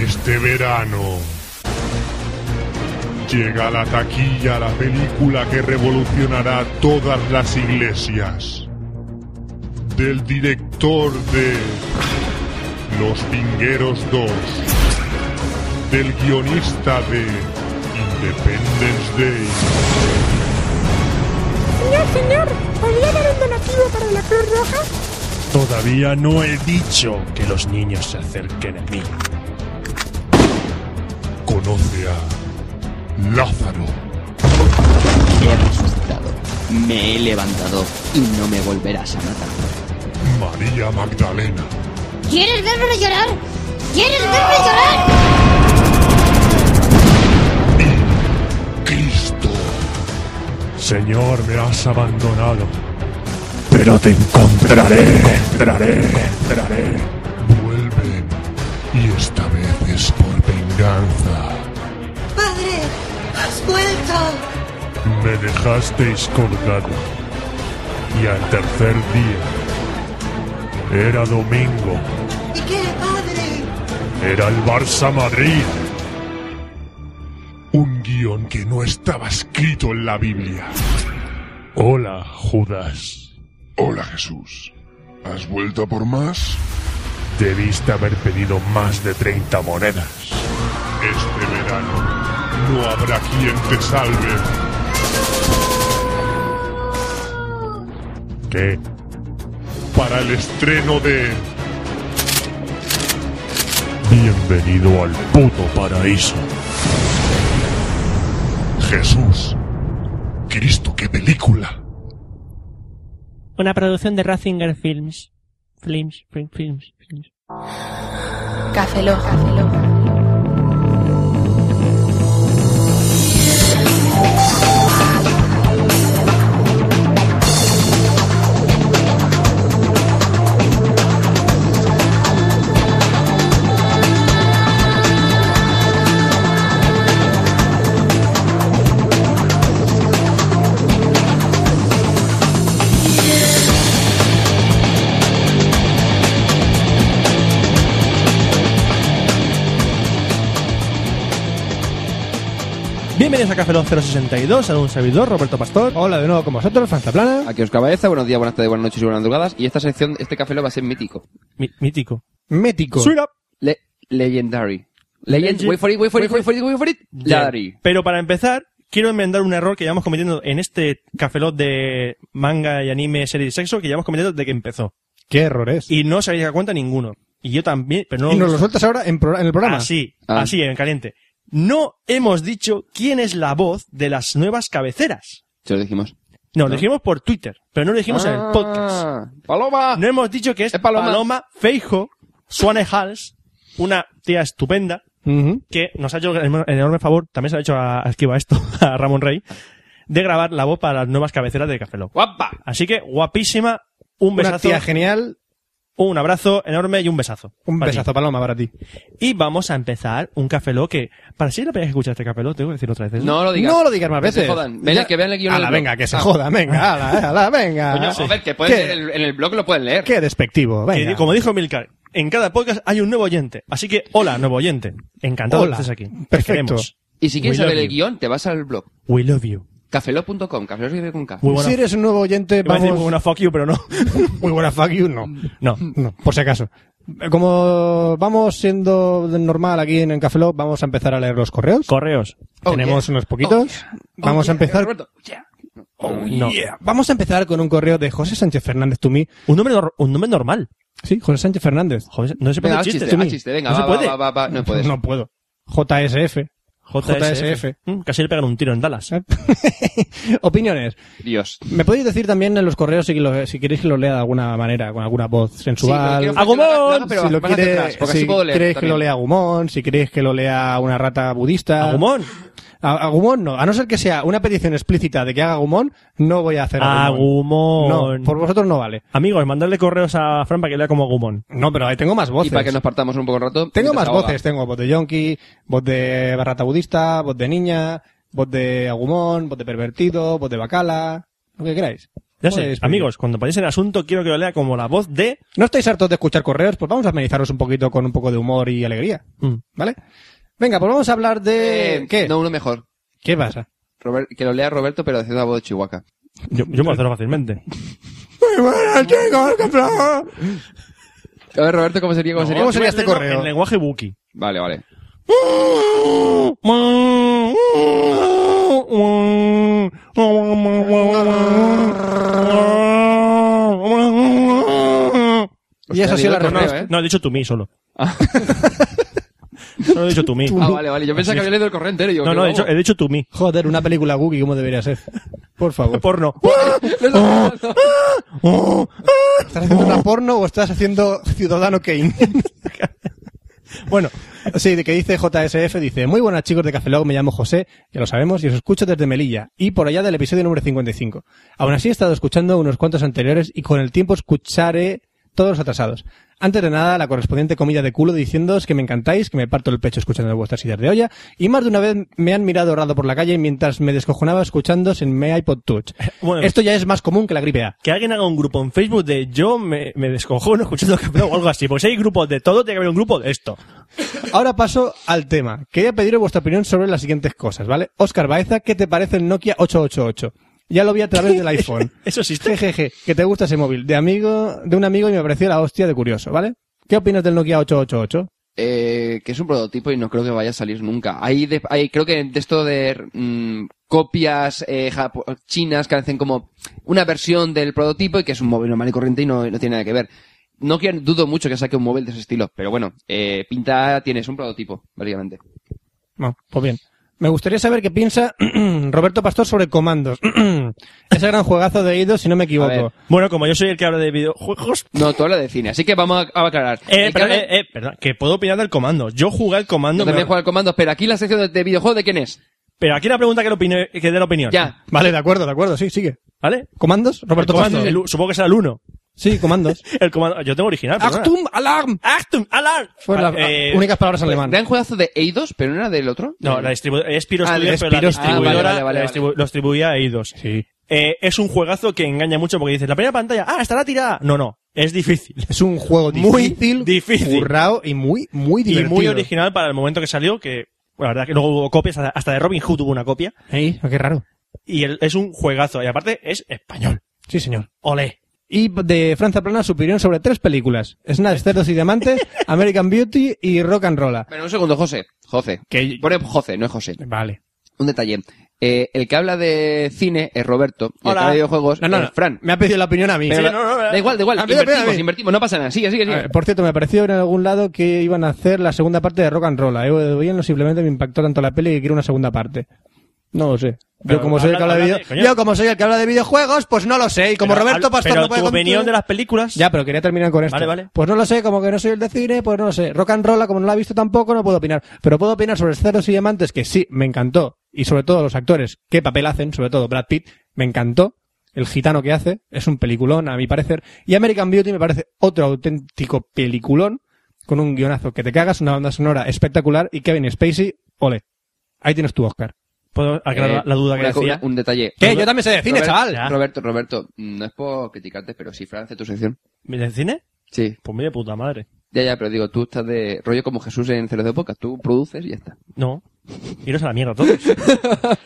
Este verano llega a la taquilla la película que revolucionará todas las iglesias. Del director de Los Vingueros 2. Del guionista de Independence Day. Señor, señor, ¿podría dar un donativo para la Cruz Roja? Todavía no he dicho que los niños se acerquen a mí. Conoce a Lázaro. He resucitado, me he levantado y no me volverás a matar. María Magdalena. ¿Quieres verme llorar? ¿Quieres verme llorar? Cristo. Señor, me has abandonado. Pero te encontraré, encontraré, encontraré. Vuelven. Y esta vez es por venganza. ¡Padre! ¡Has vuelto! Me dejasteis colgado. Y al tercer día. Era domingo. ¿Y qué, padre? Era el Barça Madrid. Un guión que no estaba escrito en la Biblia. Hola, Judas. Hola Jesús. ¿Has vuelto por más? Debiste haber pedido más de 30 monedas. Este verano no habrá quien te salve. ¿Qué? Para el estreno de Bienvenido al puto paraíso. Jesús. Cristo, qué película. Una producción de Ratzinger Films. Films, film- films, films. Café Loja. Bienvenidos a Café Lock 062, a un servidor, Roberto Pastor. Hola de nuevo con vosotros, Franza Plana. Aquí os cabeza, buenos días, buenas tardes, buenas noches y buenas madrugadas. Y esta sección, este café lo va a ser mítico. Mi- mítico. Mético. Sweet up. Le- legendary. Legend, Legend- wait for it, wait for it, wait for it, wait for it. Legendary. Pero para empezar, quiero enmendar un error que llevamos cometiendo en este cafelot de manga y anime, serie de sexo, que llevamos cometiendo desde que empezó. Qué errores. Y, Y no os habéis dado cuenta ninguno. Y yo también, pero no... nos lo sueltas ahora en, pro- en el programa. Así, Ah. así, en caliente. No hemos dicho quién es la voz de las nuevas cabeceras. Se lo dijimos. No, lo dijimos por Twitter, pero no lo dijimos en el podcast. Ah, ¡Paloma! No hemos dicho que es Es Paloma. Paloma, Feijo, Suane Hals, una tía estupenda Ujú. que nos ha hecho el el enorme favor, también se lo ha hecho a, a esquiva esto, a Ramón Rey, de grabar la voz para las nuevas cabeceras de Café Lock. ¡Guapa! Así que guapísima, un Una besazo, tía genial, un abrazo enorme y un besazo. un Para ti. besazo paloma para ti. Y vamos a empezar un Café Lock que, para si es la primera vez que escuchas este Café Lock, tengo que decir otra vez. eso. No lo digas. No lo digas más Que se veces. jodan. Venga, Ya- que vean el guion Ala, del venga, blog. que se Ah. jodan, venga, ala, eh, ala, venga. Coño, Sí. joder, que Qué- pueden leer el- en el blog lo pueden leer. Qué despectivo, Que, venga. como dijo Milcar, en cada podcast hay un nuevo oyente. Así que, hola, nuevo oyente. Encantado de Hola. que estés aquí. Perfecto. Te queremos. Y si quieres We love saber el you. guión, te vas al blog. We love you. Cafelo.com, cafelo se escribe con K. Muy buena. Si eres un nuevo oyente, Iba a decir vamos... muy buena fuck you, pero no. Muy buena, fuck you, no. No. No, por si acaso. Como vamos siendo normal aquí en el Café Lock, vamos a empezar a leer los correos. Correos. Oh, Tenemos yeah. unos poquitos. Vamos a empezar. Roberto, Oh, yeah. No. Yeah. Vamos a empezar con un correo de José Sánchez Fernández Tumí. Un nombre, nor- un nombre normal. Sí, José Sánchez Fernández. Joder, no se puede Venga, al chiste. chiste, al chiste, venga, no va, se puede. va, va, va, no puedes. No puedo. JSF. JSF. Mm, casi le pegan un tiro en Dallas. Eh, Opiniones. Dios. Me podéis decir también en los correos si, lo- si queréis que lo lea de alguna manera, con alguna voz sensual. pero quiero- ¡Agumón! si lo Más hacia atrás, quieres, porque si así puedo leer queréis que también. lo lea Agumón, si queréis que lo lea una rata budista. Agumón. A- Agumon no, a no ser que sea una petición explícita de que haga Agumon, no voy a hacer Agumon. Agumón. No, por vosotros no vale. Amigos, mandarle correos a Fran para que lea como Agumón. No, pero ahí tengo más Y voces. para que nos partamos un poco el rato. Tengo mientras más ahoga. voces, tengo voz de Yonki, voz de Barrata Budista, voz de Niña, voz de Agumon, voz de Pervertido, voz de Bacala, lo que queráis. Ya sé, Podéis pedir. amigos, cuando ponéis el asunto quiero que lo lea como la voz de... ¿No estáis hartos de escuchar correos? Pues vamos a amenizaros un poquito con un poco de humor y alegría. Mm. ¿Vale? Venga, pues vamos a hablar de... Eh, ¿Qué? No, uno mejor. ¿Qué pasa? Robert- que lo lea Roberto, pero haciendo la voz de Chihuahua. Yo, yo puedo hacerlo fácilmente. Muy buenas, chicos, ¿qué pasa? A ver, Roberto, ¿cómo sería? ¿Cómo Pues sería? ¿Cómo sería este En lengua- correo? En lenguaje buki. Vale, vale. Y esa ha sido la Hostia, digo, respuesta. ¿eh? No, he dicho to me solo. Solo he dicho to me. Ah, vale, vale. Yo pensaba que había leído el correo entero. y yo, No, ¿qué no, he guapo? dicho, he dicho to me. Joder, una película Googie, ¿cómo debería ser? Por favor. Porno. ¡Oh! ¿Estás haciendo una porno o estás haciendo Ciudadano Kane? Bueno, Sí, de que dice JSF, dice, muy buenas chicos de Café Log, me llamo José, ya lo sabemos, y os escucho desde Melilla, y por allá del episodio número 55. Aún así he estado escuchando unos cuantos anteriores y con el tiempo escucharé todos los atrasados. Antes de nada, la correspondiente comida de culo diciéndoos que me encantáis, que me parto el pecho escuchando vuestras ideas de olla, y más de una vez me han mirado horrado por la calle mientras me descojonaba escuchándoos en mi iPod Touch. Bueno. Esto ya es más común que la gripe A. que alguien haga un grupo en Facebook de yo me, me descojono escuchando Café Lock o algo así. Pues si hay grupos de todo, tiene que haber un grupo de esto. Ahora paso al tema. Quería pediros vuestra opinión sobre las siguientes cosas, ¿vale? Oscar Baeza, ¿qué te parece el Nokia 888? Ya lo vi a través del iPhone. Eso existe. Jejeje, que te gusta ese móvil. De amigo, de un amigo y me pareció la hostia de curioso, ¿vale? ¿Qué opinas del Nokia 888? Eh, que es un prototipo y no creo que vaya a salir nunca. Hay, de- hay creo que de esto de mm, copias eh, japo- chinas que hacen como una versión del prototipo y que es un móvil normal y corriente y no, no tiene nada que ver. No quiero- dudo mucho que saque un móvil de ese estilo, pero bueno, eh, pinta tienes un prototipo, básicamente. Bueno, pues bien. Me gustaría saber qué piensa Roberto Pastor sobre comandos. ese gran juegazo de Eidos, si no me A equivoco. ver. Bueno, como yo soy el que habla de videojuegos. No, tú hablas de cine, así que vamos a, a aclarar. Eh, El perdón, cable- eh, eh, perdón, que puedo opinar del comando. Yo jugué al yo comando. también me- juego al comando, pero aquí la sección de, de videojuego de quién es. Pero aquí la pregunta que, lo opine- que dé la opinión. Ya. Vale, de acuerdo, de acuerdo, sí, sigue. ¿Vale? ¿Comandos? Roberto El comando, Pastor. el u- supongo que será el 1. Sí, comandos. El comando, yo tengo original. perdona. Actum Alarm! Actum, alarm. Fueron las Eh, ah, únicas palabras en alemán. Gran juegazo de Eidos, pero no era del otro. No, este. la distribu- es Spiro Ah, Studios, de pero la Spiro distribuidora Studios. Ah, vale, vale, vale, la distribu- lo distribuía a Eidos. Sí. Eh, es un juegazo que engaña mucho porque dices, la primera pantalla, ah, estará tirada. No, no, es difícil. Es un juego Muy difícil, difícil. currado y muy, muy divertido. Y muy original para el momento que salió, que bueno, la verdad que luego hubo copias, hasta- hasta de Robin Hood hubo una copia. Ey, oh, qué raro. Y el- es un juegazo. Y aparte es español. Sí, señor. Olé. Y de Franza Plana su opinión sobre tres películas. Snatch, Cerdos y Diamantes, American Beauty y Rock and Roll. Pero un segundo, José. José. Que- Pone José, no es José. Vale. un detalle. Eh, el que habla de cine es Roberto. Y el que habla de videojuegos Eh, No, no, es no. Fran. Me ha pedido la opinión a mí. Pero Sí, la- no. Da igual, da igual. A mí, a mí, a mí. invertimos, invertimos. No pasa nada. Sigue, sigue, A sigue. ver, Por cierto, me pareció ver en algún lado que iban a hacer la segunda parte de Rock and Roll. Eh, Oye, no simplemente me impactó tanto la peli que quiero una segunda parte. No lo sé. Pero Yo como, soy el que habla- habla de habla video- de- coño. Yo como soy el que habla de videojuegos, pues no lo sé. Y como Pero Roberto hab- Pastor pero no puede tu contar- opinión de las películas. Ya, pero quería terminar con esto. Vale, vale. Pues no lo sé, como que no soy el de cine, pues no lo sé. Rock and Roll, como no lo he visto tampoco, no puedo opinar. Pero puedo opinar sobre Cerdos y Diamantes, que sí, me encantó. Y sobre todo los actores, qué papel hacen, sobre todo Brad Pitt, me encantó. El gitano que hace, es un peliculón, a mi parecer. Y American Beauty me parece otro auténtico peliculón, con un guionazo que te cagas, una banda sonora espectacular, y Kevin Spacey, ole. Ahí tienes tu Oscar. Puedo aclarar Eh, la duda que una co- decía. Un detalle. ¿Qué? Yo también sé de cine, Roberto, chaval. Ya. Roberto, Roberto, no es por criticarte, pero sí, Fran, hace tu sección. ¿Mira el cine? Sí. Pues mire puta madre. Ya, ya, pero digo, tú estás de rollo como Jesús en Celos de Boca. Tú produces y ya está. No. Iros a la mierda todos.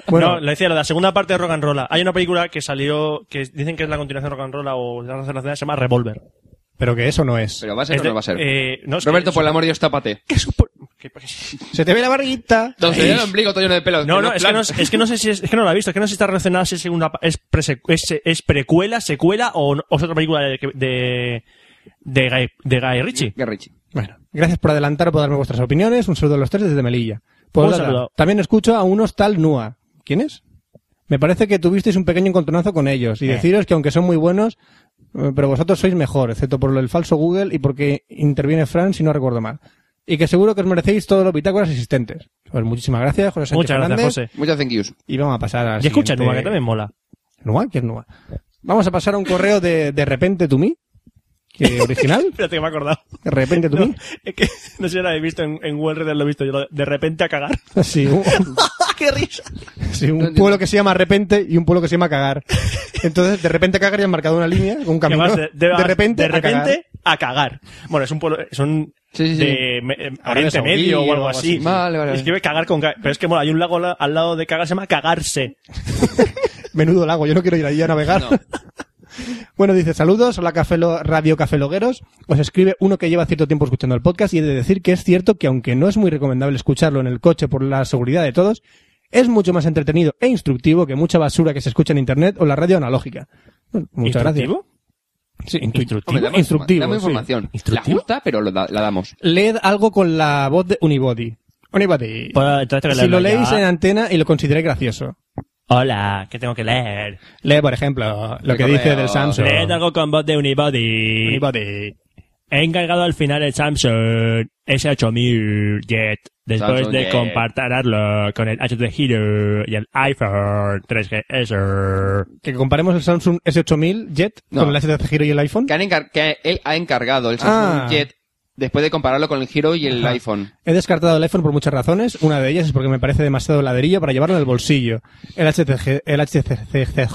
Bueno. No, le decía, lo de la segunda parte de Rock and Roll. Hay una película que salió, que dicen que es la continuación de Rock and Roll o de la relación, se llama Revolver. Pero que eso no es. Pero va a ser Es o de- no va a ser. eh, no, es que- Roberto, pues por el amor de Dios, tápate. que es un por- que- Se te ve la barriguita. Entonces, Ay. el ombligo todo lleno de pelos. No, no, es que no, es que no sé si es, es que no la he visto, es que no sé si está relacionada si es segunda pa- es, prese- es, es precuela, secuela o, no- o es otra película de de de Guy, de Guy Ritchie. Garrichi. Bueno, gracias por adelantar o por darme vuestras opiniones. Un saludo a los tres desde Melilla. Por Un otra, saludo. También escucho a unos tal Nua. ¿Quién es? Me parece que tuvisteis un pequeño encontronazo con ellos y Eh. deciros que aunque son muy buenos, eh, pero vosotros sois mejor, excepto por el falso Google y porque interviene Fran, si no recuerdo mal. Y que seguro que os merecéis todos los bitácoras existentes. Pues muchísimas gracias, José Sánchez Muchas gracias, Fernández. José. Muchas thank yous. Y vamos a pasar a Y escucha, Numa, que también mola. Nua, ¿quién es Nua? Vamos a pasar a un correo de De Repente to Me, que original. Espérate que me he acordado. De Repente to No, Me. es que no sé si la he visto en, en Google Reader, lo he visto yo, lo de- de repente a cagar. Sí, un- ¡Qué risa! Sí, un entiendo. pueblo que se llama repente y un pueblo que se llama cagar. Entonces, de repente cagar ya han marcado una línea, un camino. Además, de, de- repente, de a cagar. repente a cagar. Bueno, es un pueblo, son Sí, sí, sí. de me- eh, Arabia Oriente Saudí Medio o algo así. Vale, vale, Y Escribe cagar con ca- pero es que mola, hay un lago la- al lado de cagar se llama cagarse. Menudo lago, yo no quiero ir allí a navegar. bueno, dice, saludos, hola cafelo, radio cafelogueros. Os escribe uno que lleva cierto tiempo escuchando el podcast y he de decir que es cierto que aunque no es muy recomendable escucharlo en el coche por la seguridad de todos, es mucho más entretenido e instructivo que mucha basura que se escucha en internet o la radio analógica. Bueno, Muchas ¿Instructivo? gracias. Sí, instructivo. Hombre, damos instructivo, informa- damos sí. información. ¿Instructivo? La justa, pero lo da- la damos. Leed algo con la voz de Unibody. Unibody. Pues, entonces tengo que si lo leerlo leéis ya. en antena y lo consideráis gracioso. Hola, que tengo que leer. Lee, por ejemplo, lo El que correo. dice del Samsung. Leed algo con voz de Unibody. Unibody. He encargado al final el Samsung S8000 Jet después Samsung de Jet. compararlo con el H3 Hero y el iPhone 3GS. Que comparemos el Samsung S8000 Jet No. con el S3 Giro y el iPhone. Que, han encar- que él ha encargado el Samsung Ah. Jet después de compararlo con el Hero y el Ajá. iPhone. He descartado el iPhone por muchas razones. Una de ellas es porque me parece demasiado ladrillo para llevarlo en el bolsillo. El HTC, el HTC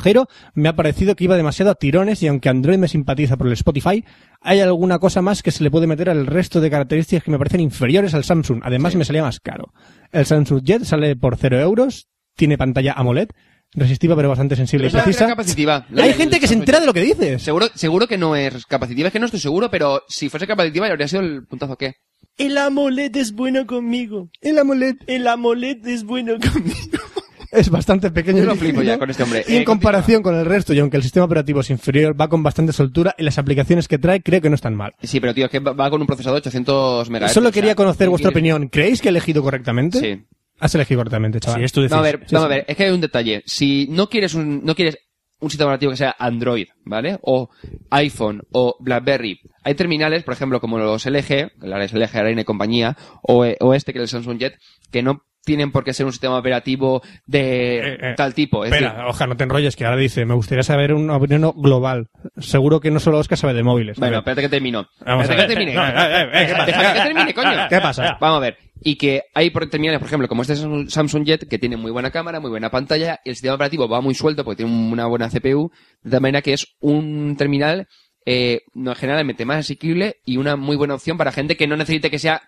Giro me ha parecido que iba demasiado a tirones y aunque Android me simpatiza por el Spotify, hay alguna cosa más que se le puede meter al resto de características que me parecen inferiores al Samsung. Además me salía más caro. El Samsung Jet sale por 0 euros, tiene pantalla AMOLED, resistiva pero bastante sensible y Pero esa es precisa. capacitiva. La- Hay el gente que se Samsung entera de lo que dices. Seguro, seguro que no es capacitiva, es que no estoy seguro, pero si fuese capacitiva ya habría sido el puntazo que. El AMOLED es bueno conmigo. El AMOLED El AMOLED es bueno conmigo. Es bastante pequeño. Yo lo y flipo pequeño. ya con este hombre. Y en Eh, comparación con el resto, y aunque el sistema operativo es inferior, va con bastante soltura y las aplicaciones que trae creo que no están mal. Sí, pero tío, es que va- va con un procesador de 800 MHz. Solo eh, o sea, quería conocer ¿qué vuestra quieres? opinión. ¿Creéis que he elegido correctamente? Sí. Has elegido correctamente, chaval. Sí, es tu decisión. No, a ver, Sí, no, a sí. ver, es que hay un detalle. Si no quieres un, no quieres un sistema operativo que sea Android, ¿vale? O iPhone o BlackBerry. Hay terminales, por ejemplo, como los LG, las LG Arena y compañía, o, eh, o este que es el Samsung Jet, que no tienen por qué ser un sistema operativo de Eh, eh, tal tipo. Es Espera, decir, oja, no te enrolles, que ahora dice, me gustaría saber una opinión global. Seguro que no solo Oscar sabe de móviles. bueno, A ver, espérate que termino. Vamos espérate a que ver. termine. No, eh, eh, eh, ¿qué pasa? Deja que termine, coño. ¿Qué pasa? Vamos a ver. Y que hay por- terminales, por ejemplo, como este Samsung- Samsung Jet, que tiene muy buena cámara, muy buena pantalla, y el sistema operativo va muy suelto porque tiene un- una buena CPU, de tal manera que es un terminal eh, no, generalmente más asequible y una muy buena opción para gente que no necesite que sea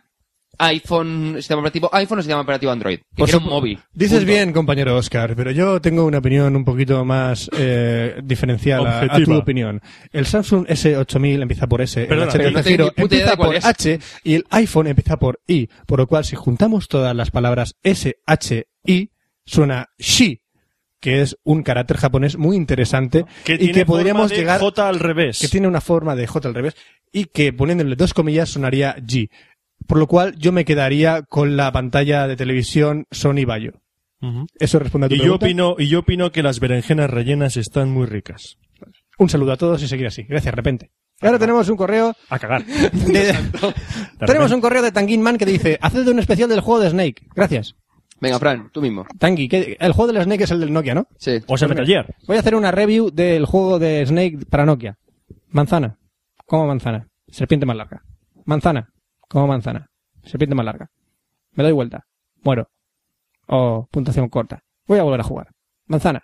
iPhone, sistema operativo iPhone o sistema operativo Android. Que Por quiera un Pues, supu- móvil. Dices Punto. bien, compañero Oscar, pero yo tengo una opinión un poquito más eh, diferencial a- a, tu Objetiva. opinión. El Samsung S8000 empieza por S, Perdona, el pero no HTC tengo Giro ni puta idea empieza de cuál por es. H y el iPhone empieza por I, por lo cual si juntamos todas las palabras S, H, I, suena SHI, que es un carácter japonés muy interesante y que podríamos llegar J al revés. que tiene una forma de J al revés y que poniéndole dos comillas sonaría G. Por lo cual yo me quedaría con la pantalla de televisión Sony Bayo. Ujú. Eso responde a tu Y yo pregunta. opino, y yo opino que las berenjenas rellenas están muy ricas. Un saludo a todos y seguir así. Gracias, repente. Ahora tenemos un correo A cagar. de... tenemos repente. un correo de Tanguin Man que dice, haced un especial del juego de Snake. Gracias. Venga, Fran, tú mismo. Tangi, que el juego del Snake es el del Nokia, ¿no? Sí. O sea, Metal Gear. Voy a hacer una review del juego de Snake para Nokia. Manzana. Como manzana. Serpiente más larga. Manzana. Como manzana. Serpiente más larga. Me doy vuelta. Muero. O puntuación corta. Voy a volver a jugar. Manzana.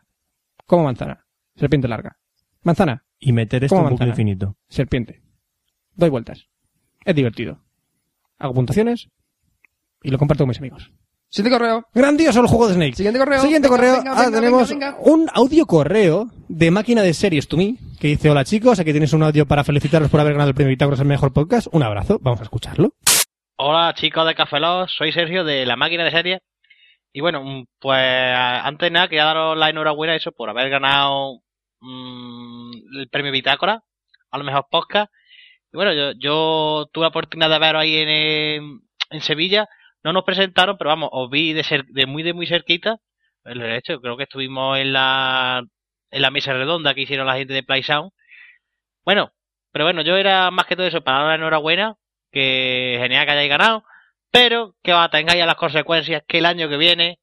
Como manzana. Serpiente larga. Manzana. Y meter esto ¿Cómo en bucle manzana? infinito. Serpiente. Doy vueltas. Es divertido. Hago puntuaciones y lo comparto con mis amigos. Siguiente correo. Grandioso el juego de Snake. Siguiente correo. Siguiente Venga, correo. venga, Ahora venga, tenemos venga, venga. un audio correo de máquina de series to me que dice: Hola chicos, aquí tienes un audio para felicitaros por haber ganado el premio Bitácoras al mejor podcast. Un abrazo, vamos a escucharlo. Hola chicos de Cafelos, soy Sergio de La Máquina de Series. Y bueno, mm, pues a- antes de nada quería daros la enhorabuena eso por haber ganado mm, el premio Bitácora, a lo mejor podcast. Y bueno, yo, yo tuve la oportunidad de veros ahí en, eh, en Sevilla. No nos presentaron, pero vamos, os vi de, cer- de muy de muy cerquita. Pues, De hecho, creo que estuvimos en la, en la mesa redonda que hicieron la gente de PlaySound. Bueno, pero bueno, yo era más que todo eso para dar la enhorabuena que genial que hayáis ganado, pero que os atengáis a las consecuencias que el año que viene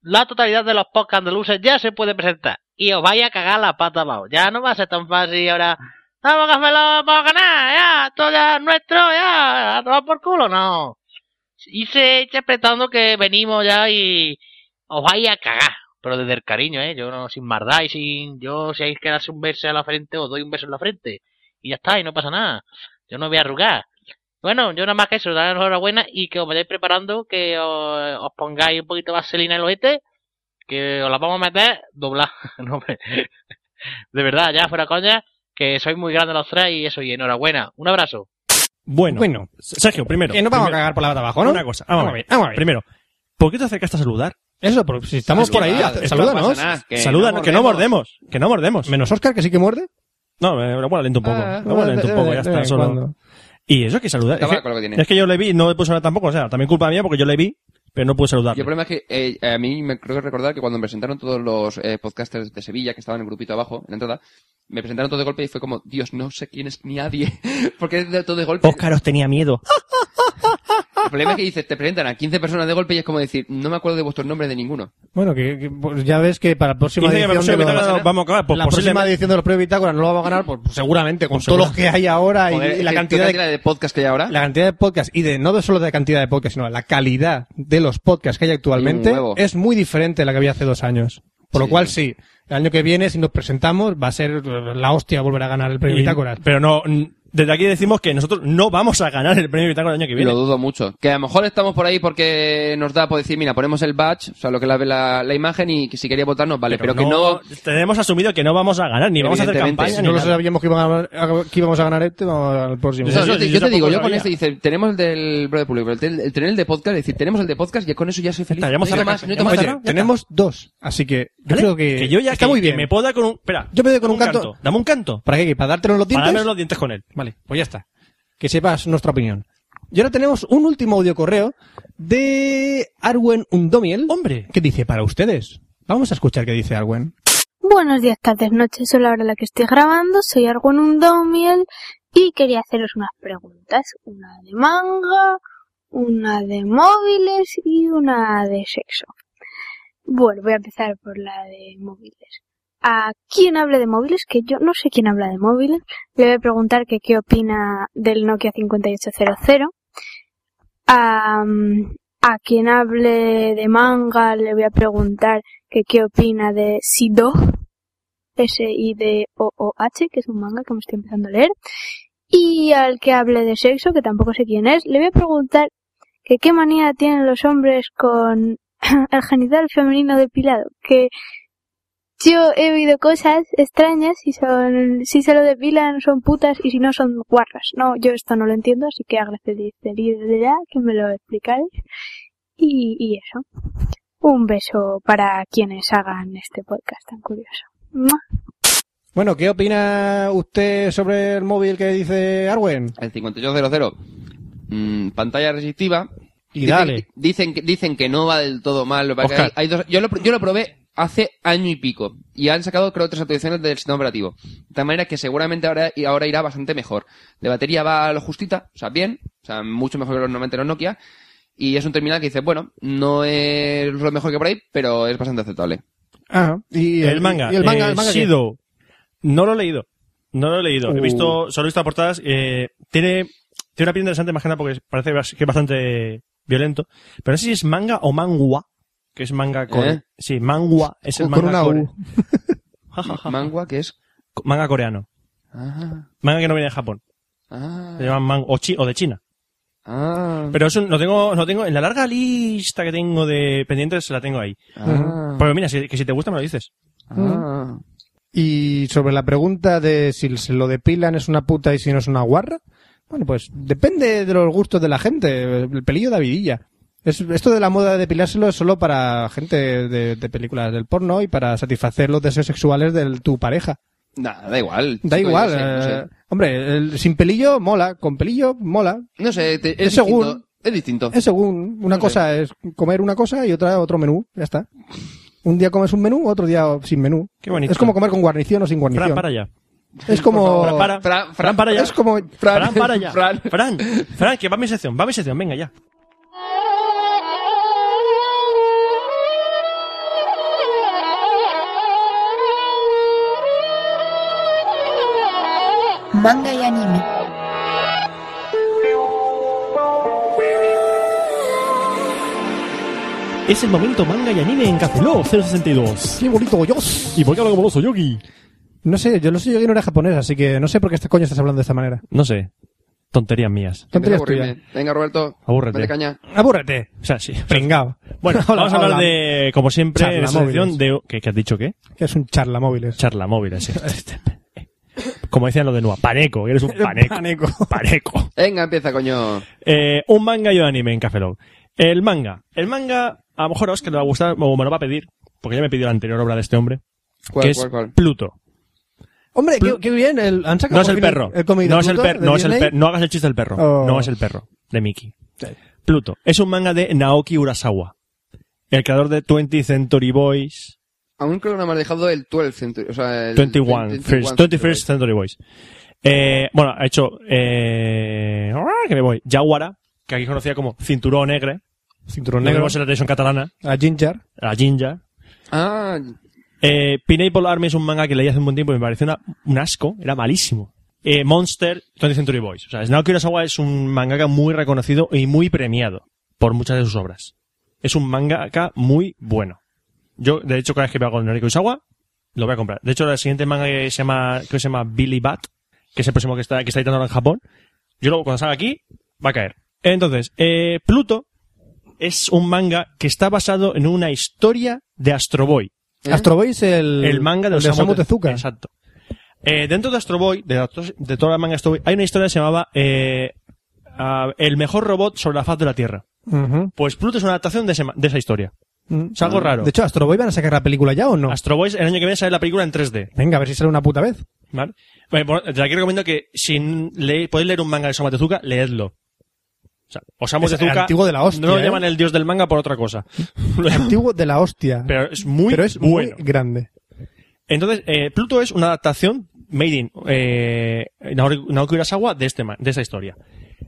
la totalidad de los podcasts andaluces ya se puede presentar y os vais a cagar la pata abajo. Ya no va a ser tan fácil ahora. Vamos, Cafelón, vamos a ganar, ya, todo ya es nuestro, ya, a tomar por culo, no. Y se interpretando que venimos ya y, os vais a cagar. Pero desde el cariño, ¿eh? Yo no, sin maldad y sin... Yo, si hay que darse un beso a la frente, os doy un beso en la frente. Y ya está, y no pasa nada. Yo no voy a arrugar. Bueno, yo nada más que eso, daros enhorabuena y que os vayáis preparando, que os, os pongáis un poquito de vaselina en el ojete, que os la vamos a meter doblada. No, hombre. de verdad, ya fuera coña, que sois muy grandes los tres y eso, y enhorabuena. Un abrazo. Bueno, Sergio, primero. Que no vamos primero- a cagar por la pata abajo, ¿no? Una cosa, vamos, a ver, vamos a ver. Primero, ¿por qué te acercaste a saludar? Eso, porque si estamos Es por que ahí, nada, haz- esto no salúdanos. pasa nada, que Saluda- no que no mordemos. Que no mordemos. Menos Oscar, que sí que muerde. No, me lo lento un poco. Ah, lo voy a eh, lento un poco, ya de- de- está, de- solo. cuando. Y eso que saludar. Está Es que, mal con lo que tiene. es que yo le vi, no le puse nada tampoco, o sea, también culpa mía porque yo le vi, pero no pude saludar. Yo el problema es que eh, a mí me creo recordar que cuando me presentaron todos los eh, podcasters de Sevilla que estaban en el grupito abajo, en la entrada, me presentaron todo de golpe y fue como, Dios, no sé quién es ni nadie, porque es de todo de golpe. Óscar os tenía miedo. El problema es que dices, te presentan a 15 personas de golpe y es como decir, no me acuerdo de vuestros nombres de ninguno. Bueno, que, que, pues ya ves que para la próxima Dice que edición, me de parece que los- me- vamos a acabar, pues la próxima posiblemente- edición de los premios Bitácora no lo vamos a ganar, pues seguramente, con Pues todos los seguro. que hay ahora Ah, y, Joder, y la ¿qué- cantidad qué de podcasts que hay ahora. la cantidad de podcasts y de no de solo de cantidad de podcasts, sino la calidad de los podcasts que hay Hay actualmente un huevo. es muy diferente a la que había hace dos años. Por lo Sí. cual sí, el año que viene si nos presentamos va a ser la hostia volver a ganar el premio Y- Bitácora. pero no, mm, desde aquí decimos que nosotros no vamos a ganar el premio Bitácora el año que Y viene. lo dudo mucho. Que a lo mejor estamos por ahí porque nos da por decir, mira, ponemos el badge, o sea, lo que la ve la, la imagen y que si quería votarnos, vale, pero, que no... Tenemos asumido que no vamos a ganar, ni vamos a hacer Evidentemente, campaña. Si ni no lo nada. sabíamos que, iban a- que íbamos a ganar este, vamos a ganar el próximo. No, Eso yo yo te, yo te tampoco digo, lo yo con sabía. este dice, tenemos el del brother público, el, tel- el tener el de podcast, es decir, tenemos el de podcast y con eso ya soy feliz. Está, ya hemos no cerrado necesito la más, no necesito campaña. más. Oye, cerrado? Ya tenemos dos, así que yo ¿Vale? creo que, que yo ya está que- muy que bien. me pueda con un. Espera, Yo me doy con dame un canto. Dame un canto. ¿Para qué? ¿Para dártelos los Para dientes? darme los dientes con él. Vale, pues ya está. Que sepas nuestra opinión. Y ahora tenemos un último audio correo de Arwen Undomiel. Hombre. ¿Qué dice para ustedes? Vamos a escuchar qué dice Arwen. Buenos días, tardes, noches, soy la hora en la que estoy grabando, soy Argon Undomiel y quería haceros unas preguntas, una de manga, una de móviles y una de sexo. Bueno, voy a empezar por la de móviles. ¿A quién hable de móviles? Que yo no sé quién habla de móviles. Le voy a preguntar que qué opina del Nokia 5800. A, mm, a quien hable de manga le voy a preguntar que qué opina de Sido, S-I-D-O-O-H, que es un manga que me estoy empezando a leer. Y al que hable de sexo, que tampoco sé quién es, le voy a preguntar que qué manía tienen los hombres con el genital femenino depilado. Que yo he oído cosas extrañas si son, si se lo depilan son putas y si no son guarras. No, yo esto no lo entiendo, así que agradecería que me lo explicarais. Y, y eso. Un beso para quienes hagan este podcast tan curioso. ¡Mua! Bueno, ¿qué opina usted sobre el móvil que dice Arwen? El 5800. Mm, pantalla resistiva. Y Dicen- dale. Dicen que, dicen que no va del todo mal. lo que pasa es que Oscar. hay- hay dos- yo, lo, pr- yo lo probé hace año y pico. Y han sacado, creo, tres actualizaciones del sistema operativo. De tal manera que seguramente ahora, y ahora irá bastante mejor. De batería va a lo justita, o sea, bien. O sea, mucho mejor que los 90 los Nokia. Y es un terminal que dice, bueno, no es lo mejor que por ahí, pero es bastante aceptable. Ah, y el manga. y el manga, eh, el manga qué? Shido. No lo he leído. No lo he leído. He Uh. visto, solo he visto portadas. Eh, tiene, tiene una piel interesante, más que nada, porque parece bas- que es bastante violento. Pero no sé si es manga o mangua. Que es manga core. ¿Eh? Sí, mangua. Es el Con- con manga una core. U. Ja, ja, ja. Mangua, que es... Manga coreano. Ah, Manga que no viene de Japón. ah, Se llaman manga, o, chi- o de China. ah, Pero eso lo tengo, lo tengo en la larga lista que tengo de pendientes, la tengo ahí. ah, Pero mira, si, que si te gusta me lo dices. ah. Y sobre la pregunta de si se lo depilan es una puta y si no es una guarra, bueno, pues depende de los gustos de la gente, el pelillo de avidilla. Es, esto de la moda de depilárselo es solo para gente de, de películas del porno y para satisfacer los deseos sexuales de tu pareja. Nah, da igual. Da chico, igual. yo qué sé, no sé. eh, Hombre, el- sin pelillo mola, con pelillo mola. No sé, te- es, Es según. distinto. Es distinto. Es según, una No sé. cosa es comer una cosa y otra otro menú, ya está. Un día comes un menú, otro día sin menú. Qué bonito. Es como comer con guarnición o sin guarnición. Fran, para allá. Es como... Fran, para. Fran, Fran, Fran, para allá. Oh, Es como... Fran, para allá. Fran. Fran, Fran, que va mi sección, va mi sección, venga ya. Manga y anime. Y Es el momento manga y anime en Café Lock 062. ¡Qué bonito, Dios! ¿Y por qué hablo como los Yogi? No sé, yo no sé, yo que no era japonés, así que no sé por qué este coño estás hablando de esta manera. No sé. Tonterías mías. Tonterías Aburrirme. tuyas. Venga, Roberto. Abúrrete. Mete caña. Abúrrete. O sea, sí. Pringao. Bueno, Hola, vamos a hablar hola. de, como siempre, en esta Charlamóviles. sección de... ¿Qué, qué has dicho qué? Que es un charlamóviles. Charla móvil. sí. como decían lo de Nua, paneco. Eres un paneco. Pánico. Paneco. Venga, empieza, coño. Eh, un manga y un anime en Café Lock. El manga. El manga, a lo mejor a Oscar le va a gustar, o me lo va a pedir, porque ya me pidió la anterior obra de este hombre, ¿Cuál, que cuál, es cuál? Pluto. Hombre, qué, qué bien. El, han sacado No es por el fin perro. El cómic de no es el Pluto, perro. de No es el Disney. perro. No hagas el chiste del perro. Oh. No es el perro. De Mickey. Sí. Pluto. Es un manga de Naoki Urasawa. El creador de 20 Century Boys. Aún creo que no me has dejado el 12 century. O sea, el 21. 21 First, 21st Century Boys. Eh, bueno, ha hecho, eh, ah, que me voy. Yawara, que aquí conocía como Cinturón Negre. Cinturón Lo negro. vemos en la televisión catalana. A Ginger. La Jinja. Ah, Eh, Pineapple Army es un manga que leí hace un buen tiempo y me pareció una- un asco, era malísimo. Eh, Monster, 20th Century Boys. O sea, Naoki Urasawa es un mangaka muy reconocido y muy premiado por muchas de sus obras. Es un mangaka muy bueno. Yo, de hecho, cada vez que veo algo de Naoki Urasawa, lo voy a comprar. De hecho, el siguiente manga que se llama, creo que se llama Billy Bat, que es el próximo que está, que está editando ahora en Japón, yo luego cuando salga aquí, va a caer. Entonces, eh, Pluto es un manga que está basado en una historia de Astro Boy Astro Boy es el, ¿Eh? el manga de el Osamu Tezuka. Exacto. Eh, dentro de Astro Boy, de, la- de toda la manga Astro Boy, hay una historia que se llamaba eh, ah, El mejor robot sobre la faz de la Tierra. Ujú. Pues Pluto es una adaptación de, ese ma- de esa historia. Mm. Es algo raro. De hecho, Astro Boy van a sacar la película ya o no. Astro Boy, el año que viene sale la película en 3D. Venga, a ver si sale una puta vez. ¿Vale? Bueno, por- desde aquí recomiendo que si n- le, podéis leer un manga de Osamu Tezuka, leedlo. O sea, Osamu Es Tezuka antiguo de la hostia, no lo ¿eh? llaman el dios del manga por otra cosa. Lo llaman- Antiguo de la hostia. pero es muy Pero es muy bueno. grande. Entonces, eh, Pluto es una adaptación made in eh, Naoki Naoki Urasawa de, este, ma- de esta historia.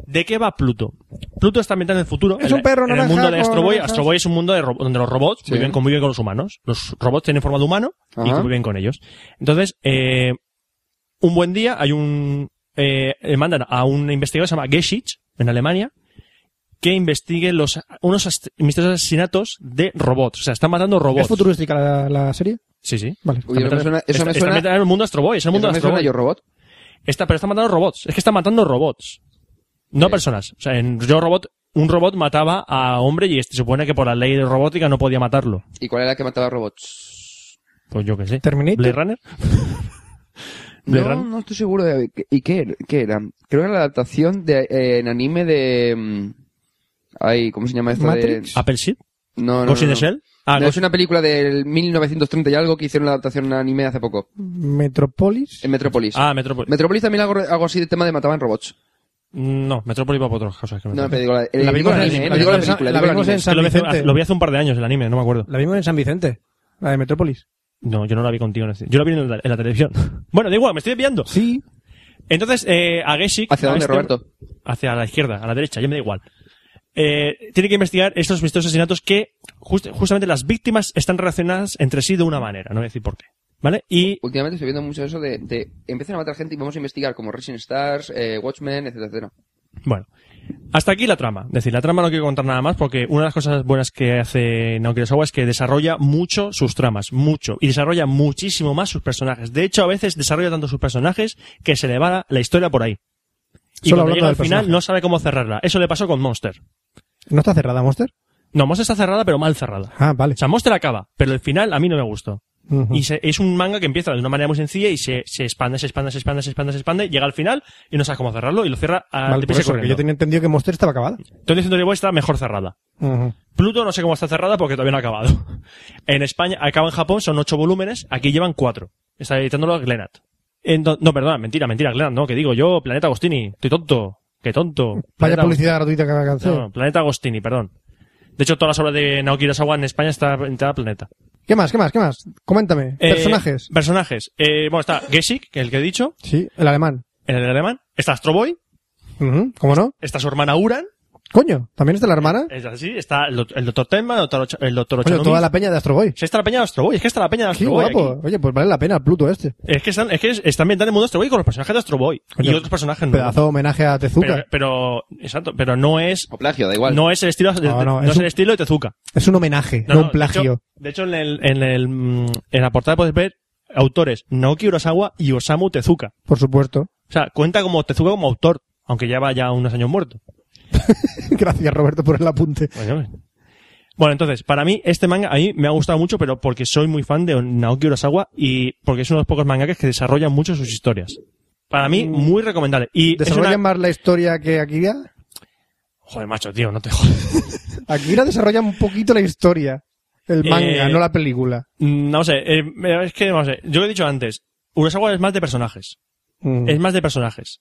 ¿De qué va Pluto? Pluto está ambientado en el futuro. Es en la- un perro en el naranja mundo de con Astro Boy. naranjas. Astro Boy es un mundo de ro- donde los robots Sí. viven, conviven con los humanos. Los robots tienen forma de humano y Ajá. conviven con ellos. Entonces, eh, un buen día hay un... Eh, eh, mandan a un investigador que se llama Gesich, en Alemania, que investigue los unos ast- misteriosos asesinatos de robots. O sea, están matando robots. ¿Es futurística la, la serie? Sí, sí. Vale. Uy, eso me suena- eso Está- me está suena- ambientada en el mundo Astro Boy, es el mundo ¿eso de me Astro suena Boy. yo robot? Está, pero está matando robots. Es que está matando robots. No personas. O sea, en Yo Robot, un robot mataba a hombre y se supone que por la ley de robótica no podía matarlo. ¿Y cuál era la que mataba robots? Pues yo qué sé. Terminator. Blade Runner. Blade No, Runner. no estoy seguro de... ¿Y qué, er- qué era? Creo que era la adaptación de, eh, en anime de... mm, Ay, ¿cómo se llama esta? Matrix. De... Apple Seed. No, no, Ghost no, in no. the Shell. Ah, No, es Ghost- una película del 1930 y algo que hicieron la adaptación en anime hace poco. Metropolis. En Metropolis. ah, Metropolis. Metropolis también algo, algo así de tema de mataban robots. no, Metropolis va por otras cosas. Que me No, parece. pero digo la, La digo vimos el en anime, el- eh, la no digo la vimos en- película, la digo el vimos anime. en Es que lo, vi hace, San Vicente. lo vi hace un par de años, el anime, no me acuerdo. La vimos en San Vicente. La de Metropolis. No, yo no la vi contigo. en el cine. Yo la vi en la, en la televisión. bueno, da igual, me estoy pillando. Sí. Entonces, eh, a Geshick... ¿Hacia a dónde, Roberto? Hacia la izquierda, a la derecha, ya me da igual. Eh, tiene que investigar estos misteriosos asesinatos que just- justamente las víctimas están relacionadas entre sí de una manera, no voy a decir por qué. ¿Vale? Y Últimamente estoy viendo mucho eso de, de empiezan a matar gente y vamos a investigar como Racing Stars, eh, Watchmen, etcétera, etcétera. Bueno, hasta aquí la trama. Es decir, la trama no quiero contar nada más porque una de las cosas buenas que hace Naoki Urasawa es que desarrolla mucho sus tramas, mucho, y desarrolla muchísimo más sus personajes. De hecho, a veces desarrolla tanto sus personajes que se le va la- la historia por ahí. Y cuando Solo hablando llega al del final personaje. no sabe cómo cerrarla. Eso le pasó con Monster. ¿No está cerrada Monster? No, Monster está cerrada, pero mal cerrada. Ah, vale. O sea, Monster acaba, pero el final a mí no me gustó. Ujú. Y se- es un manga que empieza de una manera muy sencilla y se, se expande, se expande, se expande, se expande, se expande, llega al final y no sabes cómo cerrarlo y lo cierra a Vale, por deprisa y eso, que corriendo. yo tenía entendido que Monster estaba acabada. Entonces, Century Boy está mejor cerrada. Ujú. Pluto no sé cómo está cerrada porque todavía no ha acabado. En España, acaba en Japón, son ocho volúmenes, aquí llevan cuatro. Está editándolo Glenat. Ento- no, perdona, mentira, mentira, Glenat, no, que digo yo, Planeta Agostini, estoy tonto, qué tonto. Vaya Planeta- publicidad gratuita que me No, alcanzó. no, Planeta Agostini, perdón. De hecho, todas las obras de Naoki Urasawa en España está editada Planeta. ¿Qué más? ¿Qué más? ¿Qué más? Coméntame. Eh, Personajes. Personajes. Eh, bueno, está Gesik, que es el que he dicho, Sí, el alemán. el alemán. Está Astro Boy, Ujú, ¿Cómo no? está su hermana Uran, Coño, ¿también está la hermana? Es así, está el, doc- el doctor Tenma, el doctor, Ocho- el doctor Coño, Ochonomi. toda la peña de Astroboy. Sí, está la peña de Astroboy, es que está la peña de Qué Astroboy. guapo. Oye, pues vale la pena Pluto este. aquí. Es que están, es que están ambientando el mundo de Astroboy con los personajes de Astroboy. Y otros personajes no. Pedazo de homenaje a Tezuka. Pero, eh, pero, exacto, pero no es. O plagio, da igual. No es el estilo, de- No, no, no es es el un- estilo de Tezuka. Es un homenaje, no, No, no, un plagio. De hecho, en, el, en, el, mm, en la portada puedes ver autores Naoki Urasawa y Osamu Tezuka. Por supuesto. O sea, cuenta como Tezuka como autor, aunque lleva ya unos años muerto. Gracias, Roberto, por el apunte. Bueno, Bueno, entonces, para mí, este manga a mí me ha gustado mucho, pero porque soy muy fan de Naoki Urasawa y porque es uno de los pocos mangakas que desarrollan mucho sus historias. Para mí, muy recomendable. Y es Mm. ¿Desarrolla una- más la historia que Akira? Joder, macho, tío, no te jodas. Akira desarrolla un poquito la historia. El manga, Eh, no la película. Mm, No sé, eh, es que, no sé, yo lo he dicho antes, Urasawa es más de personajes. Mm. Es más de personajes.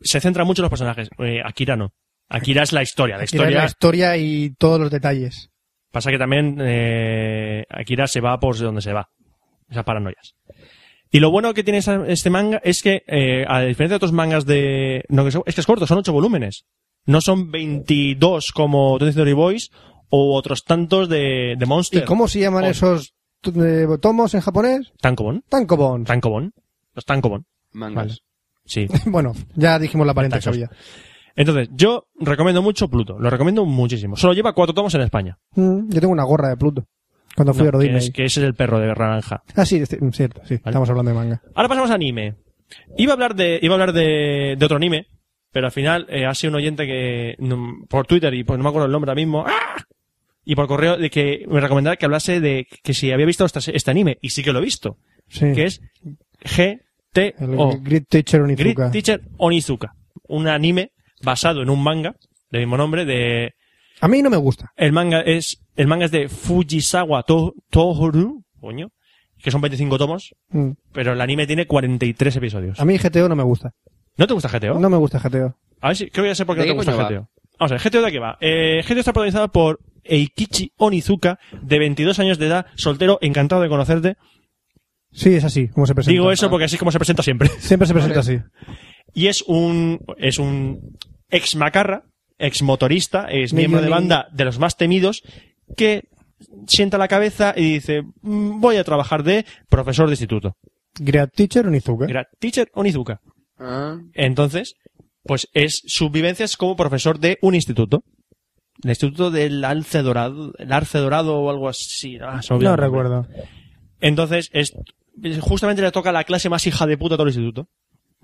Se centra mucho en los personajes. Eh, Akira no. Akira es la historia. La Akira es historia. La historia y todos los detalles. Pasa que también eh, Akira se va por donde se va. Esas paranoias. Y lo bueno que tiene esa- este manga es que, eh, a diferencia de otros mangas de... No, que son- es que es corto, son ocho volúmenes. No son 22 como Tony Story Boys o otros tantos de, de Monster. ¿Y cómo se llaman O- esos t- eh, tomos en japonés? Tankobon. Tankobon. Tankobon. Los Tankobon. Mangas. Vale. Sí. bueno, ya dijimos la paréntesis que había. Entonces, yo recomiendo mucho Pluto. Lo recomiendo muchísimo. Solo lleva cuatro tomos en España. Mm, yo tengo una gorra de Pluto. Cuando fui No, a Rodine. que, es, que ese es el perro de naranja. Ah, sí, este- cierto, sí. Estamos hablando de manga. Ahora pasamos a anime. Iba a hablar de, iba a hablar de, de otro anime, pero al final eh, ha sido un oyente que no- por Twitter y pues no me acuerdo el nombre ahora mismo. ¡ah! Y por correo de que me recomendaba que hablase de que si había visto este, este anime y sí que lo he visto, Sí. que es Oh. El GTO, Great Teacher Great Onizuka. Teacher Onizuka, un anime basado en un manga del mismo nombre de A mí no me gusta. el manga es el manga es de Fujisawa To- Tohoru, coño, que son 25 tomos, Mm. pero el anime tiene 43 episodios. A mí GTO no me gusta. ¿No te gusta GTO? No me gusta GTO. A ver si, creo que ya sé por qué ¿De no te qué gusta coño va? GTO. Vamos a ver, GTO de qué va. Eh, GTO está protagonizada por Eikichi Onizuka, de 22 años de edad, soltero, encantado de conocerte. Sí, es así, como se presenta. Digo eso porque así es como se presenta siempre. Siempre se presenta así. Y es un, es un ex macarra, ex motorista, es miembro de banda de los más temidos, que sienta la cabeza y dice, "Mm, voy a trabajar de profesor de instituto. Great Teacher ¿Eh? Onizuka. Era teacher Onizuka. Ah, Entonces, pues es sus vivencias como profesor de un instituto. El instituto del Alce Dorado, el Arce Dorado o algo así. Ah, se me olvidó No el nombre. recuerdo. Entonces, es, justamente le toca la clase más hija de puta a todo el instituto.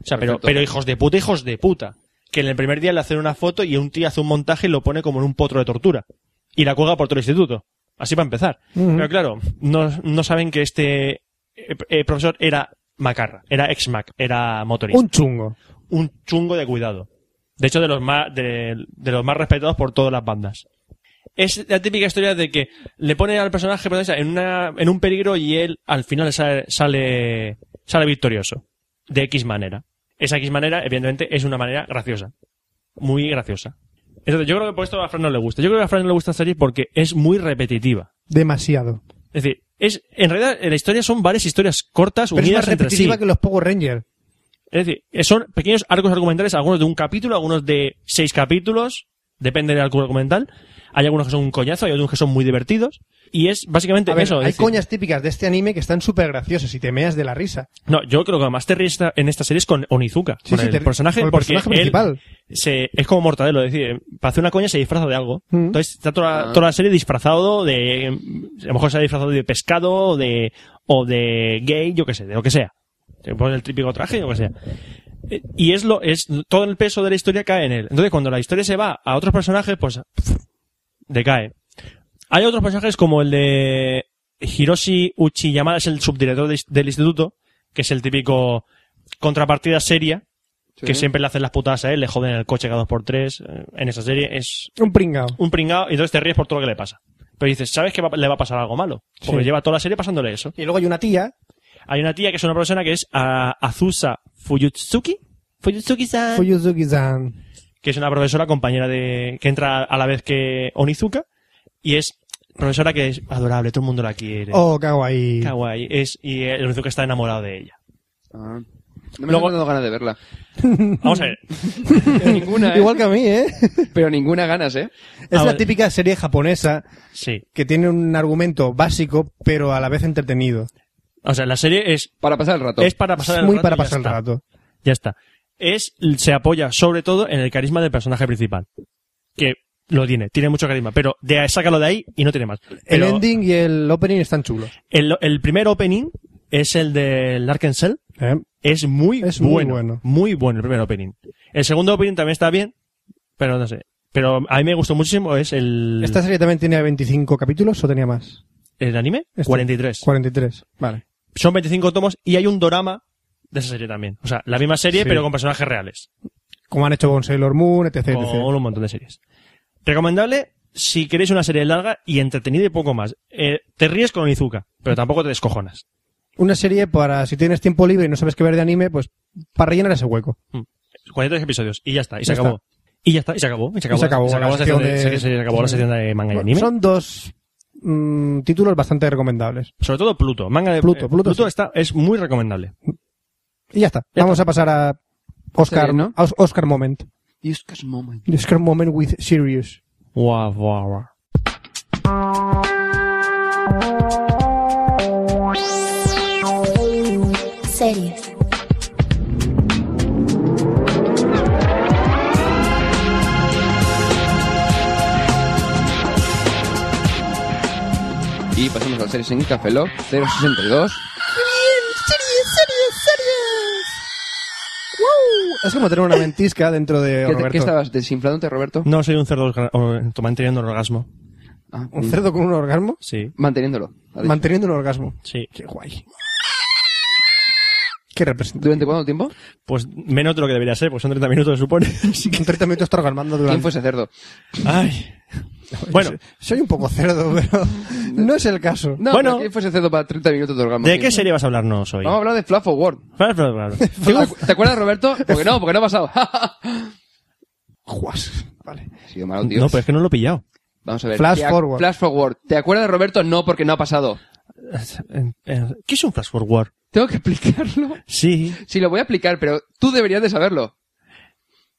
O sea, pero, Perfecto. pero hijos de puta, hijos de puta. Que en el primer día le hacen una foto y un tío hace un montaje y lo pone como en un potro de tortura. Y la cuelga por todo el instituto. Así para empezar. Ujú. Pero claro, no, no saben que este eh, eh, profesor era macarra, era ex-mac, era motorista Un chungo. un chungo de cuidado. De hecho, de los más, de, de los más respetados por todas las bandas. Es la típica historia de que le ponen al personaje protagonista en, una, en un peligro y él al final sale, sale, sale victorioso. De X manera. Esa X manera, evidentemente, es una manera graciosa. Muy graciosa. Entonces, yo creo que por esto a Fran no le gusta. Yo creo que a Fran no le gusta esta serie porque es muy repetitiva. Demasiado. Es decir, es, en realidad, la historia son varias historias cortas, Pero es unidas más entre sí. repetitiva que los Power Rangers. Es decir, son pequeños arcos argumentales, algunos de un capítulo, algunos de seis capítulos, depende del arco argumental. Hay algunos que son un coñazo, hay otros que son muy divertidos. Y es básicamente A ver, eso. es hay decir, coñas típicas de este anime que están súper graciosas y te meas de la risa. No, yo creo que lo más terrible en esta serie es con Onizuka, Sí, con sí, el te- personaje, con el porque personaje él principal. se- es como Mortadelo, es decir, para hacer una coña se disfraza de algo. Mm. Entonces está toda, Ah. toda la serie disfrazado de, a lo mejor se ha disfrazado de pescado o de, o de gay, yo qué sé, de lo que sea. Se pone el típico traje, yo que sea. Eh, Y es lo, es, todo el peso de la historia cae en él. Entonces cuando la historia se va a otros personajes, pues, pf, decae. Hay otros personajes como el de Hiroshi Uchiyamada, es el subdirector de- del instituto, que es el típico contrapartida seria, que sí. siempre le hacen las putadas a él, le joden el coche cada dos por tres. eh, En esa serie es Un pringao. un pringado y entonces te ríes por todo lo que le pasa. Pero dices, ¿sabes que va- le va a pasar algo malo? Porque Sí. lleva toda la serie pasándole eso. Y luego hay una tía. Hay una tía que es una persona que es ah, Azusa Fuyutsuki. Fuyutsuki-san Ah. Fuyuzuki-san. que es una profesora compañera de que entra a la vez que Onizuka y es profesora que es adorable, todo el mundo la quiere. Oh, kawaii. Kawaii, es y el Onizuka está enamorado de ella. ah. No me Luego... dado ganas de verla. Vamos a ver. Pero ninguna, ¿eh? Igual que a mí, ¿eh? Ah, Pero ninguna ganas, ¿eh? Es la típica serie japonesa sí. que tiene un argumento básico, pero a la vez entretenido. O sea, la serie es... Para pasar el rato. Es para pasar el Muy rato. para y ya pasar el está. rato. Ya está. Es, se apoya sobre todo en el carisma del personaje principal. Que lo tiene, tiene mucho carisma. Pero de, sácalo de ahí y no tiene más. El Pero ending y el opening están chulos. el, el primer opening es el del Dark and Cell. ¿eh? Es muy Es muy bueno. bueno. Muy bueno el primer opening. El segundo opening también está bien, pero no sé. Pero a mí me gustó muchísimo es el, ¿Esta serie también tenía 25 capítulos o tenía más? el anime. Este. 43. 43. Vale. Son 25 tomos y hay un dorama de esa serie también. O sea, la misma serie, Sí. pero con personajes reales. Como han hecho con Sailor Moon, etc. Con etc. un montón de series. Recomendable si queréis una serie larga y entretenida y poco más. Eh, te ríes con Izuka, pero tampoco te descojonas. Una serie para si tienes tiempo libre y no sabes qué ver de anime, pues para rellenar ese hueco. 43 episodios y ya está, y se Ya acabó. Y ya está, y se acabó. Y se acabó, se acabó la la sección de, sección de- se- se acabó la sección de manga y Bueno, anime. Son dos mm, títulos bastante recomendables. Sobre todo Pluto. Manga de Pluto, eh, Pluto sí. está, es muy recomendable. Y ya está. Vamos a pasar a Oscar, Serie, ¿no? a Os- Oscar Moment. Dios, que es moment. Oscar Moment with Sirius. Guau, guau, guau. Series. Y pasamos a las series en Café Lock 062. Es como tener una ventisca dentro de ¿Qué, te- Roberto. qué estabas desinflándote, Roberto? No, soy un cerdo orga- o- manteniendo el orgasmo. Ah, Un cerdo con un orgasmo. Sí, Manteniéndolo. ha dicho. Manteniendo un orgasmo. sí. Qué guay. Qué representa. ¿Durante cuánto tiempo? Pues menos de lo que debería ser, pues son 30 minutos, se supone. Sí, que en 30 minutos está orgasmando durante. ¿Quién fue ese cerdo? Ay. Bueno, Soy un poco cerdo, pero no es el caso. No, Bueno. pero ¿quién fue ese cerdo para 30 minutos de orgasmo? ¿de qué serie vas a hablarnos hoy? Vamos a hablar de Flaff Ward. Claro, claro, claro. ¿Te acu- ¿Te acuerdas, Roberto? Porque no, porque no ha pasado. ha Juas. Vale. sido malo, tío. No, pero es que no lo he pillado. Vamos a ver. Flash Te ac- forward. Flash forward. ¿Te acuerdas, Roberto? No, porque no ha pasado. Eh, eh, ¿Qué es un flash forward? Tengo que explicarlo. Sí, Sí, lo voy a explicar, pero tú deberías de saberlo.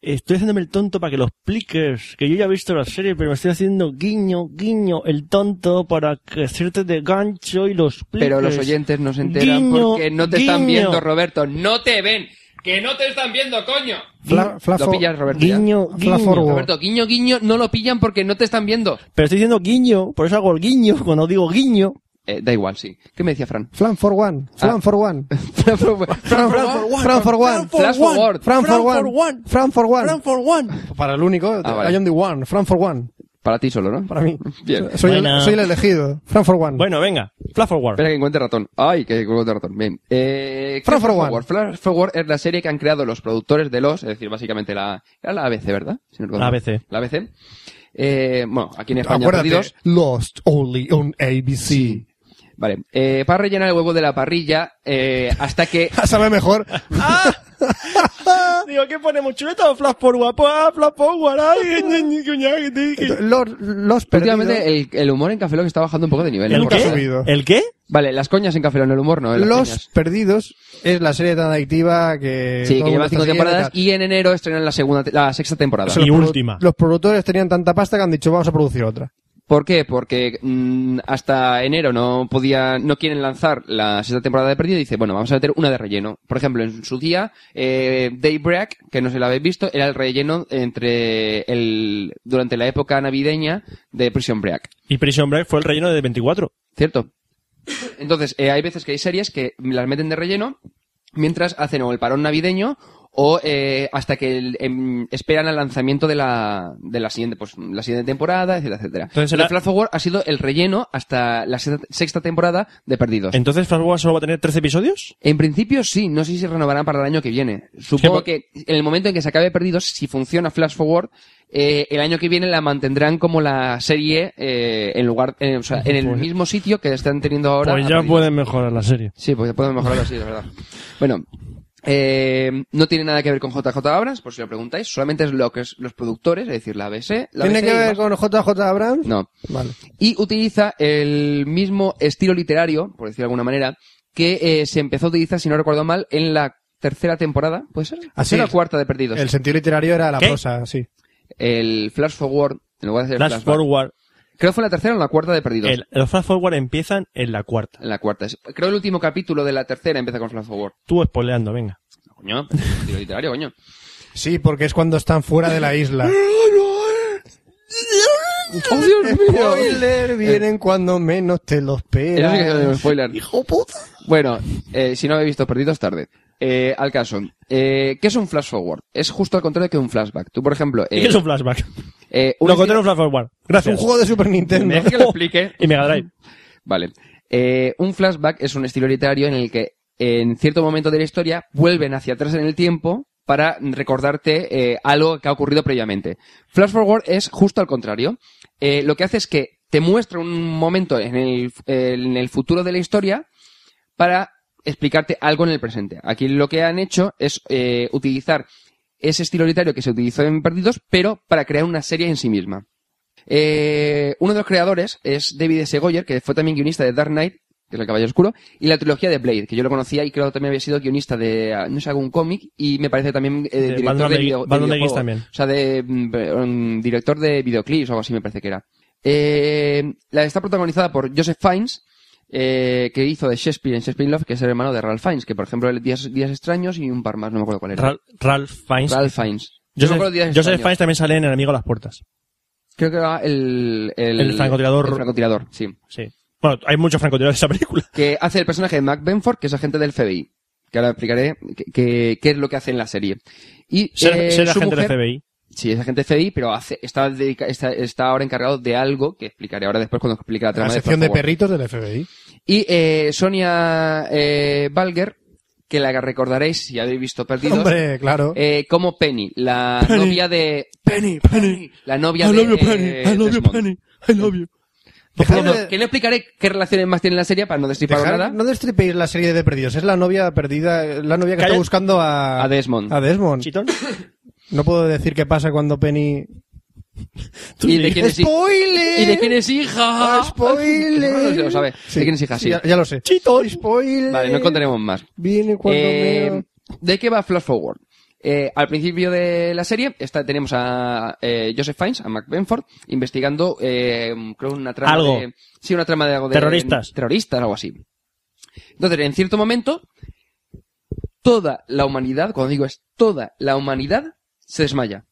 estoy haciéndome el tonto para que los expliques, que yo ya he visto la serie, pero me estoy haciendo guiño, guiño, el tonto para que hacerte de gancho y los expliques. Pero los oyentes no se enteran Guiño, porque no te están guiño. viendo, Roberto. No te ven. Que no te están viendo, coño. Fla- fla- Lo pillas, Roberto. ya. Guiño, guiño. Flash forward. Roberto, guiño, guiño, no lo pillan porque no te están viendo. Pero estoy diciendo guiño, por eso hago el guiño cuando digo guiño. Eh, da igual, sí. ¿Qué me decía Fran? Fran for one. Flan for one. Fran Forward. Fran Ah. for one. Fran for one. Flash forward. Fran for one. Fran for one. for one. Para el único, Ah, vale. I am the one. Fran for one. Para ti solo, ¿no? Para mí. Bien. Soy, Bueno. el, soy el elegido. Fran for one. Bueno, venga, flash forward. Espera que encuentre ratón. Ay, que encuentre ratón. Bien. Eh, Flash ¿qué es Forward? Flash Forward es la serie que han creado los productores de los, es decir, básicamente la, era la ABC, ¿verdad? Si no recuerdo La mal. ABC. La ABC. Eh, bueno, aquí en España Acuérdate. perdidos. Lost only on ABC. Vale. Eh, para rellenar el huevo de la parrilla, eh, hasta que Sabe mejor. Ah, Digo, ¿qué ponemos? ¿Chuleta o flash forward? Pues, ah, flash forward. Ay, Los, los últimamente perdidos. el, el humor en Café Lock está bajando un poco de nivel. ¿eh? ¿El Nunca qué? ha subido. ¿El qué? Vale, las coñas en Café Lock, no el humor no. eh, las Los coñas. perdidos es la serie tan adictiva que. Sí, todo que el mundo llevan está cinco siguiendo temporadas tal. y en enero estrenan la segunda, te- la sexta temporada. O sea, Y los produ- última. Los productores tenían tanta pasta que han dicho, vamos a producir otra. ¿Por qué? Porque mm, hasta enero no podía, no quieren lanzar la sexta temporada de Perdido y dice, bueno, vamos a meter una de relleno. Por ejemplo, en su día, eh, Daybreak, que no se la habéis visto, era el relleno entre el, durante la época navideña de Prison Break. Y Prison Break fue el relleno de 24. ¿Cierto? Entonces, eh, hay veces que hay series que las meten de relleno mientras hacen o el parón navideño o eh, hasta que el- em, esperan al lanzamiento de la, de la siguiente pues, la siguiente temporada, etcétera, etcétera. Entonces, Entonces, la- el Flash Forward ha sido el relleno hasta la sexta, sexta temporada de Perdidos. En... Entonces, flash forward solo va a tener 13 episodios. principio sí, no sé si renovarán para el año que viene. Supongo que en el momento en que se acabe Perdidos, si funciona Flash Forward, eh, el año que viene la mantendrán como la serie eh, en lugar, en, o sea, en el mismo sitio que están teniendo ahora. Pues a ya Perdidos. pueden mejorar la serie. Sí, pues podemos mejorarlo así, es verdad. Bueno, eh, no tiene nada que ver con JJ Abrams, por si lo preguntáis. Solamente es lo que es los productores, es decir, la ABC. La ¿Tiene ABC que y ver más- con JJ Abrams? No. Vale. Y utiliza el mismo estilo literario, por decir de alguna manera, que eh, se empezó a utilizar, si no recuerdo mal, en la tercera temporada, ¿puede ser? Tercera o cuarta de Perdidos. Ah, El sentido literario era la ¿Qué? prosa, sí. El Flash Forward, en lugar de ser Flash flashback. Forward. Creo que fue la tercera o la cuarta de Perdidos. El- los Flash Forward empiezan en la cuarta. En la cuarta. Es- Creo el último capítulo de la tercera empieza con Flash Forward. Tú spoileando, venga. Coño, sentido literario, coño. Sí, porque es cuando están fuera de la isla. ¡Oh, Dios mío! Spoiler, vienen cuando menos te los Eh, Eso sí que es un esperas. spoiler. ¡Hijo puta! Bueno, eh, si no habéis visto Perdidos, tarde. Eh, al caso, eh, ¿qué es un flash forward? Es justo al contrario que un flashback. Tú, por ejemplo... ¿Y qué es un flashback? eh, Lo encontré en un Flash Forward. Gracias. Un juego de Super Nintendo. ¿Me dejas que lo explique? Y Mega Drive. Vale. Eh, un flashback es un estilo literario en el que en cierto momento de la historia vuelven hacia atrás en el tiempo para recordarte eh, algo que ha ocurrido previamente. Flash forward es justo al contrario. Eh, lo que hace es que te muestra un momento en el, en el futuro de la historia para explicarte algo en el presente. Aquí lo que han hecho es eh, utilizar ese estilo literario que se utilizó en Perdidos, pero para crear una serie en sí misma. Eh, uno de los creadores es David S. Goyer, que fue también guionista de Dark Knight, que es el Caballero Oscuro, y la trilogía de Blade, que yo lo conocía y creo que también había sido guionista de, ah, no sé, algún cómic, y me parece también eh, De director Batman de, de- video, de Batman de videojuegos. Geese también. O sea, de, mm, um, director de videoclips o algo así me parece que era. Eh, la está protagonizada por Joseph Fiennes, eh, que hizo de Shakespeare en Shakespeare in Love, que es el hermano de Ralph Fiennes, que por ejemplo el Días, Días Extraños y un par más, no me acuerdo cuál era. Ra- Ralph Fiennes. Ralph Fiennes. Yo me Joseph, acuerdo de Días Joseph Extraños. Fiennes también sale en Enemigo a las Puertas. Creo que era el, el, El francotirador. el francotirador, sí. Sí. Bueno, hay muchos francotiradores en esa película. Que hace el personaje de Mac Benford, que es agente del FBI. Que ahora explicaré qué- qué qué es lo que hace en la serie. Y Ser, eh, ser su agente mujer- del FBI. Sí, es agente del FBI, pero hace, está, dedica- está, está ahora encargado de algo que explicaré ahora después cuando explique la trama La de sección Flash de Forward. perritos del FBI. Y eh, Sonia eh, Balger, que la recordaréis si habéis visto Perdidos. Hombre, claro. eh, como Penny, la Penny. novia de... Penny, Penny. La novia de... eh, Desmond. I love you. Que no- Que no explicaré qué relaciones más tiene la serie para no destripar Dejar- nada. no destripéis la serie de perdidos. Es la novia perdida, la novia que Calla. está buscando a, A Desmond. a Desmond. ¿Chitón? No puedo decir qué pasa cuando Penny. ¿Y de quién es hija? ¡Spoiler! ¿Y de quién Ah, es hija? Ah, ¡Spoiler! No, no se lo sabe. ¿De quién es hija? Sí. Ya, ya lo sé. Chitón. ¡Spoiler! Vale, no contaremos más. Viene cuando Eh, menos. ¿De qué va Flash Forward? Eh, al principio de la serie está, tenemos a eh, Joseph Fiennes, a Mark Benford, investigando, eh, creo, una trama Algo. de... Sí, una trama de algo de... Terroristas. Terroristas, algo así. Entonces, en cierto momento, toda la humanidad, cuando digo es toda la humanidad, se desmaya.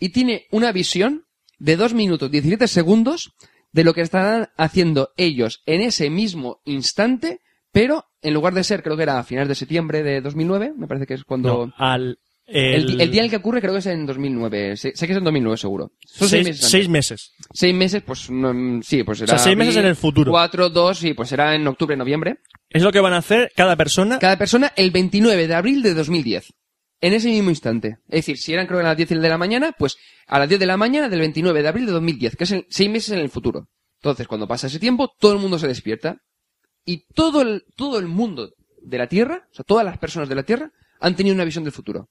Y tiene una visión de 2 minutos 17 segundos de lo que estarán haciendo ellos en ese mismo instante, pero en lugar de ser, creo que era a finales de septiembre de 2009, me parece que es cuando... No, al, El, el, di- el día en el que ocurre creo que es en 2009. Sé, sé que es en 2009 seguro. Son seis, seis, meses. antes. seis meses. Seis meses, pues no, mm, sí, pues será... sea, seis meses en el futuro. Cuatro, dos, sí, pues será en octubre, noviembre. Es lo que van a hacer cada persona. Cada persona el 29 de abril de 2010. En ese mismo instante. Es decir, si eran creo que a las 10 de la mañana, pues a las 10 de la mañana del 29 de abril de 2010, que es el- seis meses en el futuro. Entonces, cuando pasa ese tiempo, todo el mundo se despierta y todo el, todo el mundo de la Tierra, o sea, todas las personas de la Tierra, han tenido una visión del futuro.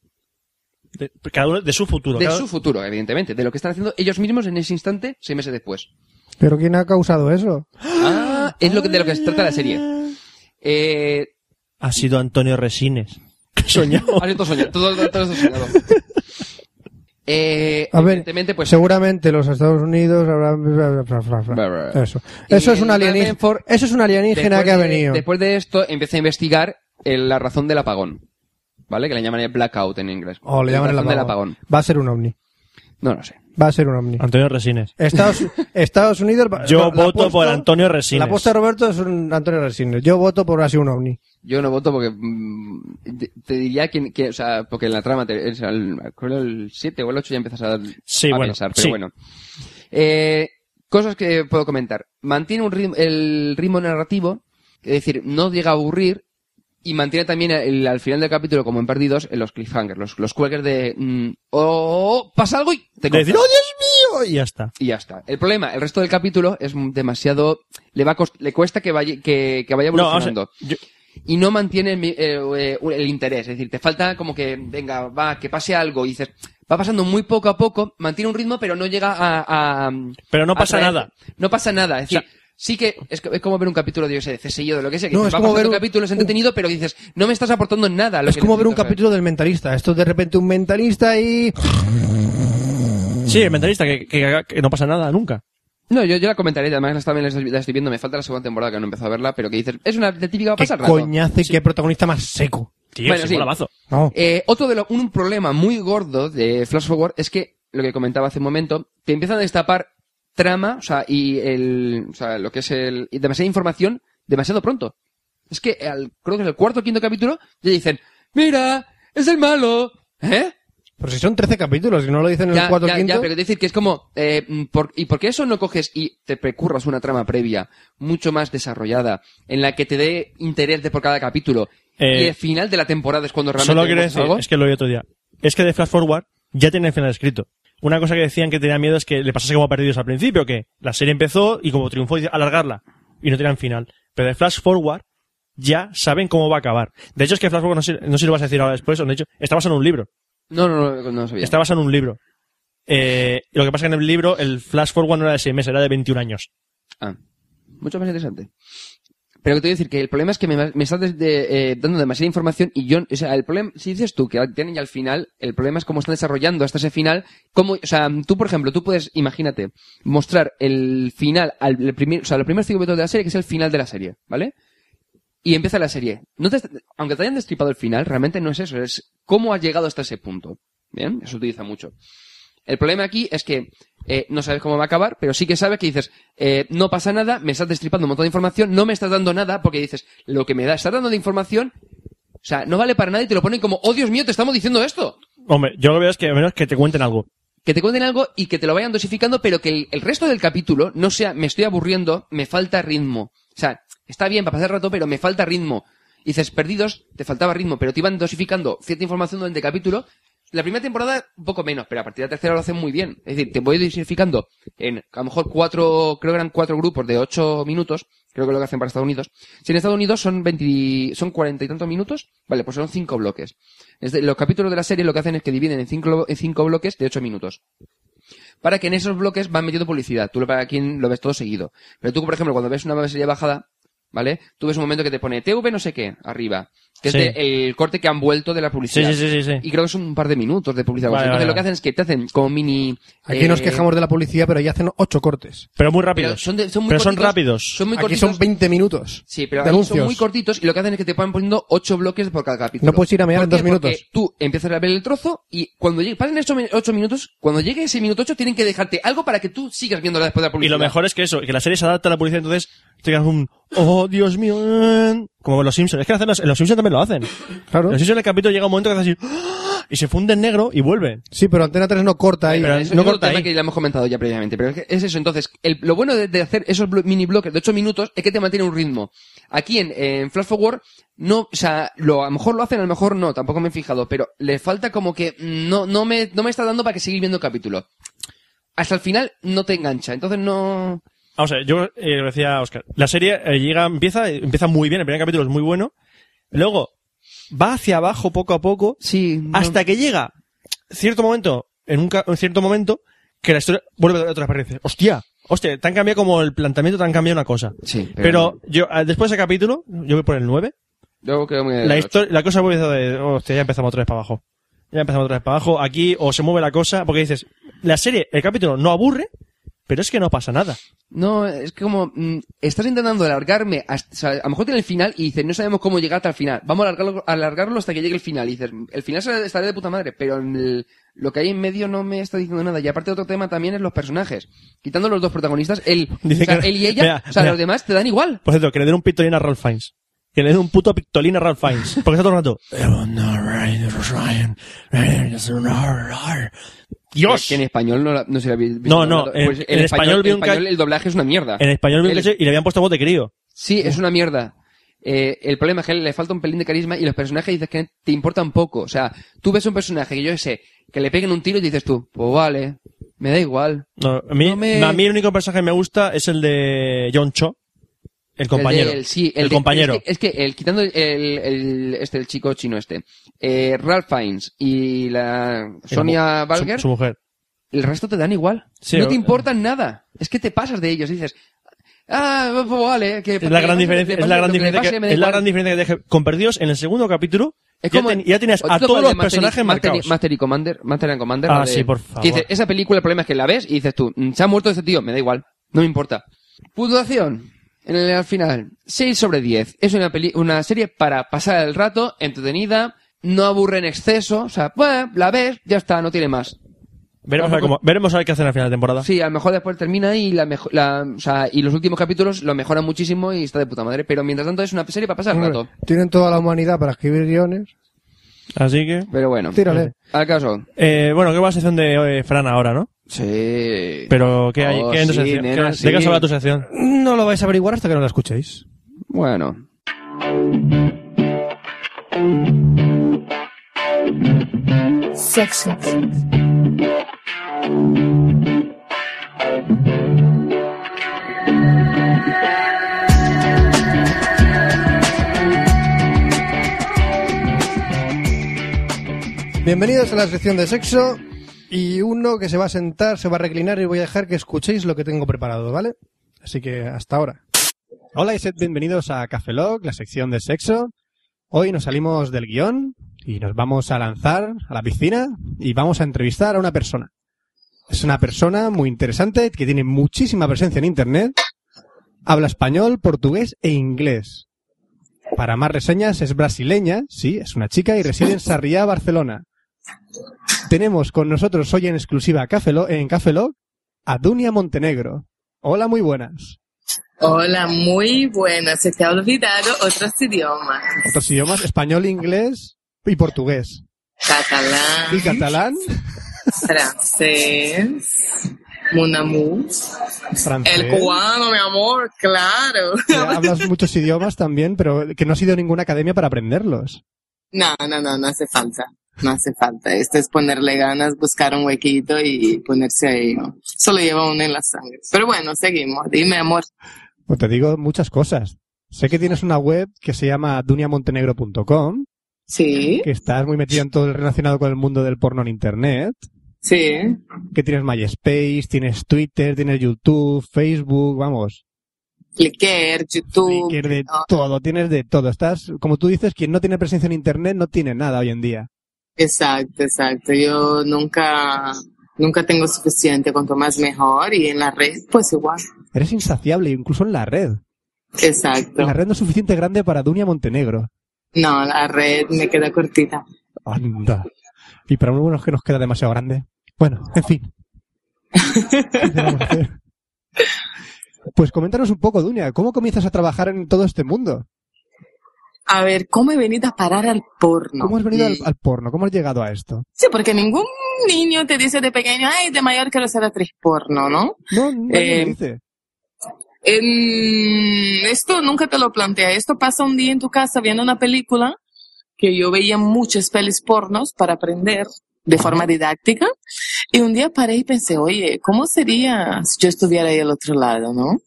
de, cada uno de su futuro. De cada- su futuro, evidentemente. De lo que están haciendo ellos mismos en ese instante, seis meses después. ¿Pero quién ha causado eso? Ah, es lo que, de lo que se trata la serie. Eh, Ha sido Antonio Resines. Que soñado. Ah, ha sido todo soñado, todo- todo- todo esto soñado. Eh, A ver, evidentemente, pues seguramente los Estados Unidos habrán... Eso. Y Eso es un el alienígena, Manford, eso es un alienígena que ha de- venido. después de esto empieza a investigar eh, la razón del apagón. ¿Vale? Que le llaman el blackout en inglés. O Oh, le llaman la el razón apagón. del apagón. Va a ser un ovni. No lo sé. Va a ser un ovni. Antonio Resines. Estados, Estados Unidos... va- Yo la voto apuesta- por Antonio Resines. La apuesta de Roberto es un Antonio Resines. Yo voto por así un ovni. Yo no voto porque mm, te- te diría que, que- o sea, porque en la trama te- es al- creo el 7 o el 8 ya empiezas a, Sí, a bueno, pensar, pero sí. bueno. Eh, cosas que puedo comentar. Mantiene un ritmo, el ritmo narrativo, es decir, no llega a aburrir y mantiene también el- al final del capítulo, como en Perdidos, en los cliffhangers, los, los cuelgues de mm, oh, pasa algo y te De decir, cortan. ¡Oh, Dios mío! Y ya está. Y ya está. El problema, el resto del capítulo es demasiado... Le, va a cost- le cuesta que vaya, que, que vaya No, vamos a- evolucionando yo- y no mantiene mi- eh, eh, el interés. Es decir, te falta como que, venga, va, que pase algo. Y dices, va pasando muy poco a poco, mantiene un ritmo, pero no llega a... a- Pero no a pasa traer- nada. No pasa nada. O Es sea, decir, Sí que es, co- es como ver un capítulo de, yo sé, de CSI o de lo que sea. Que No, dices, es va como ver pasando un- capítulo, es entretenido, pero dices, no me estás aportando en nada. lo Es que como ver un necesito saber. capítulo del mentalista. Esto es de repente un mentalista y... Sí, el mentalista, que, que- que no pasa nada nunca. No, yo, yo la comentaré, además las- también la estoy- la estoy viendo, me falta la segunda temporada que no he empezado a verla, pero que dices, es una de típica va a ¿Qué pasar rato. coñazo y qué protagonista más seco? Tío, Bueno, sí, sí. mola mazo. No. Eh, otro de lo- un problema muy gordo de Flash Forward es que, lo que comentaba hace un momento, te empiezan a destapar trama, o sea, y el, o sea, lo que es el, y demasiada información demasiado pronto. Es que al, creo que es el cuarto o quinto capítulo, ya dicen, mira, es el malo, ¿eh? Pero si son 13 capítulos, si no lo dicen en el Ya, cuarto ya, quinto... ya, pero es decir que es como, eh, mm, por- ¿y por qué eso no coges y te precurras una trama previa mucho más desarrollada, en la que te dé interés de por cada capítulo? Eh, y el final de la temporada es cuando realmente Solo quiero vemos decir, algo. es que lo oí otro día. Es que de Flash Forward ya tiene el final escrito. Una cosa que decían que tenía miedo es que le pasase como a perdidos al principio, que la serie empezó y como triunfó, dice, alargarla. Y no tenían final. Pero de Flash Forward ya saben cómo va a acabar. De hecho, es que Flash Forward, no sé, no sé si lo vas a decir ahora después, o de hecho, está basado en un libro. No, no, no, no sabía. Está basado en un libro. Eh, lo que pasa es que en el libro el Flash Forward no era de 6 meses, era de 21 años. Ah, mucho más interesante. Pero que te voy a decir que el problema es que me, me estás de- de- eh, dando demasiada información y yo, o sea, el problema, si dices tú que tienen ya al final, el problema es cómo están desarrollando hasta ese final, cómo, o sea, tú, por ejemplo, tú puedes, imagínate, mostrar el final, al, el primer, o sea, los primeros cinco minutos de la serie, que es el final de la serie, ¿vale? Y empieza la serie. No te, aunque te hayan destripado el final, realmente no es eso, es cómo has llegado hasta ese punto. Bien, eso utiliza mucho. El problema aquí es que eh, no sabes cómo va a acabar, pero sí que sabes que dices, eh, no pasa nada, me estás destripando un montón de información, no me estás dando nada, porque dices, lo que me da, estás dando de información, o sea, no vale para nada y te lo ponen como, oh Dios mío, te estamos diciendo esto. Hombre, yo lo que veo es que al menos que te cuenten algo. Que te cuenten algo y que te lo vayan dosificando, pero que el, el resto del capítulo no sea, me estoy aburriendo, me falta ritmo. O sea, está bien para pasar rato, pero me falta ritmo. Y dices, perdidos, te faltaba ritmo, pero te iban dosificando cierta información durante el capítulo. La primera temporada, un poco menos, pero a partir de la tercera lo hacen muy bien. Es decir, te voy dosificando en, a lo mejor, cuatro, creo que eran cuatro grupos de ocho minutos. Creo que es lo que hacen para Estados Unidos. Si en Estados Unidos son 20, son cuarenta y tantos minutos, vale, pues son cinco bloques. Es de- los capítulos de la serie lo que hacen es que dividen en cinco, en cinco bloques de ocho minutos para que en esos bloques van metiendo publicidad. Tú lo para quien lo ves todo seguido. Pero tú, por ejemplo, cuando ves una serie bajada, ¿vale? Tú ves un momento que te pone TV no sé qué arriba, que Sí. es de- el corte que han vuelto de la publicidad. Sí, sí, sí, sí, sí. Y creo que son un par de minutos de publicidad. Vale, Entonces vale, lo que vale. hacen es que te hacen como mini... Aquí eh, nos quejamos de la policía, pero ahí hacen ocho cortes. Pero muy pero rápidos. son, de- son muy Pero son cortitos, rápidos. Son muy Aquí cortitos. son 20 minutos. Sí, pero de ahí son anuncios. muy cortitos y lo que hacen es que te van poniendo ocho bloques por cada capítulo. No puedes ir a mear ¿Por en qué? dos minutos. Porque tú empiezas a ver el trozo y cuando llegue, pasen estos mi- ocho minutos, cuando llegue ese minuto ocho tienen que dejarte algo para que tú sigas viéndola después de la Y publicidad. lo mejor es que eso, que la serie se adapta a la publicidad, entonces tengas un, oh, Dios mío, eh", como los Simpsons. Es que lo hacen los, los Simpsons también lo hacen. Claro. Los Simpsons en el capítulo llega un momento que hace así, "Ah", y se funde en negro y vuelve. Sí, pero Antena 3 no corta ahí. Pero eso no es otro corta tema ahí. que ya hemos comentado ya previamente, pero es, que es eso. Entonces, el- lo bueno de, de hacer esos blo- mini bloques de 8 minutos es que te mantiene un ritmo. Aquí en, en Flash Forward, no, o sea, lo, a lo mejor lo hacen, a lo mejor no, tampoco me he fijado, pero le falta como que mm, no, no, me, no me está dando para que seguir viendo el capítulo. Hasta el final no te engancha, entonces no... Vamos a ver, yo eh, lo decía Oscar. La serie eh, llega, empieza, eh, empieza muy bien, el primer capítulo es muy bueno. Luego, va hacia abajo poco a poco, Sí, no- hasta que llega cierto momento, en un, ca- en cierto momento, que la historia vuelve otra vez y dice, hostia, hostia, te han cambiado como el planteamiento, te han cambiado una cosa. Sí, Pero yo, eh, después de ese capítulo, yo voy por el 9, Yo creo que- la, histo- la cosa vuelve de, hostia, ya empezamos otra vez para abajo. Ya empezamos otra vez para abajo. Aquí o se mueve la cosa, porque dices, la serie, el capítulo no aburre, pero es que no pasa nada. No, es que como mm, estás intentando alargarme, hasta, o sea, a lo mejor tiene el final y dices, no sabemos cómo llegar hasta el final. Vamos a alargarlo, a alargarlo hasta que llegue el final. Y dices, "Mm, el final será- estará de puta madre, pero en el- lo que hay en medio no me está diciendo nada. Y aparte otro tema también es los personajes. Quitando los dos protagonistas, él, Dice o sea, que- él y ella, Mira, o sea, mira. los demás te dan igual. Por cierto, que le den un pistolín a Ralph Fiennes. Que le den un puto pistolín a Ralph Fiennes. Porque está todo el rato. Dios. Que en español no, la- no se la vi- vi- No, no, en- pues en español vi un ca- español el doblaje es una mierda. En español vi un El- cacho y le habían puesto voz de crío. Sí, es una mierda. Eh, el problema es que le falta un pelín de carisma y los personajes dices que te importan poco. O sea, tú ves un personaje que yo qué sé, que le peguen un tiro y dices tú, pues vale, me da igual. No, a, mí, No me- a mí el único personaje que me gusta es el de John Cho. El compañero. El, de- el- sí, el El de- compañero. Es que, es que el, quitando el, el- este, el chico chino este, eh, Ralph Fiennes y la Su- Sonia Balger, Su, su mujer. el resto te dan igual. Sí, no te o- importan nada. Es que te pasas de ellos y dices, Ah, pues vale. Que, Es la gran diferencia, es la gran diferencia que, es la gran diferencia que deje con Perdidos en el segundo capítulo. Es ya, como- ten- ya tenías o a digo, todos como los el de Master y- personajes Master y- marcados. Master y Commander, Master and Commander. Ah, la de- sí, por que favor. dice, esa película el problema es que la ves y dices tú, "Mm, se ha muerto ese tío, me da igual, no me importa. Puntuación. En el al final, 6 sobre 10. Es una, peli- una serie para pasar el rato, entretenida, no aburre en exceso, o sea, bueno, la ves, ya está, no tiene más. Veremos a, ver cómo- veremos a ver qué hacen al final de temporada. Sí, a lo mejor después termina y la, mejo- la o sea, y los últimos capítulos lo mejoran muchísimo y está de puta madre, pero mientras tanto es una serie para pasar el rato. Tienen toda la humanidad para escribir guiones. Así que. Pero bueno. Tírale. Al caso. Eh, bueno, ¿qué va a la sección de eh, Fran ahora, no? Sí. Pero, ¿qué hay? Oh, ¿Qué hay en tu sí, sección? nena, ¿Qué- sí. ¿De qué se habla tu sección? No lo vais a averiguar hasta que no la escuchéis. Bueno. Sexo. Bienvenidos a la sección de sexo. Y uno que se va a sentar, se va a reclinar y voy a dejar que escuchéis lo que tengo preparado, ¿vale? Así que hasta ahora. Hola y sed bienvenidos a Café Lock, la sección de sexo. Hoy nos salimos del guión y nos vamos a lanzar a la piscina y vamos a entrevistar a una persona. Es una persona muy interesante que tiene muchísima presencia en internet. Habla español, portugués e inglés. Para más reseñas es brasileña, sí, es una chica y reside en Sarriá, Barcelona. Tenemos con nosotros hoy en exclusiva a Café Lock- en Café Lock a Dunia Montenegro. Hola, muy buenas. Hola, muy buena. Se te ha olvidado otros idiomas. otros idiomas, español, inglés y portugués. Catalán. Y catalán, Francés. Mon amour. francés. ¿Eh? El cubano, mi amor, claro. que Hablas muchos idiomas también, pero que no has ido a ninguna academia para aprenderlos. No, no, no, no hace falta. No hace falta. Esto es ponerle ganas, buscar un huequito y ponerse a ello. Solo lleva uno en la sangre. Pero bueno, seguimos. Dime, amor. Pues te digo muchas cosas. Sé que tienes una web que se llama duniamontenegro.com. Sí. Que estás muy metida en todo lo relacionado con el mundo del porno en internet. Sí. Que tienes MySpace, tienes Twitter, tienes YouTube, Facebook, vamos. Flickr, YouTube. Tienes de todo, tienes de todo. Estás, como tú dices, quien no tiene presencia en internet no tiene nada hoy en día. Exacto, exacto. Yo nunca, nunca tengo suficiente, cuanto más mejor y en la red, pues igual. Eres insaciable, incluso en la red. Exacto. La red no es suficiente grande para Dunia Montenegro. No, la red me queda cortita. Anda. Y para algunos que nos queda demasiado grande. Bueno, en fin. ¿Qué vamos a hacer? Pues coméntanos un poco, Dunia, ¿cómo comienzas a trabajar en todo este mundo? A ver, ¿cómo he venido a parar al porno? ¿Cómo has venido al, Mm, al porno? ¿Cómo has llegado a esto? Sí, porque ningún niño te dice de pequeño, ay, de mayor quiero ser actriz porno, ¿no? No, nadie Eh, lo dice. En- esto nunca te lo plantea. Esto pasa un día en tu casa viendo una película, que yo veía muchas pelis pornos para aprender de forma didáctica. Y un día paré y pensé, oye, ¿cómo sería si yo estuviera ahí al otro lado, no?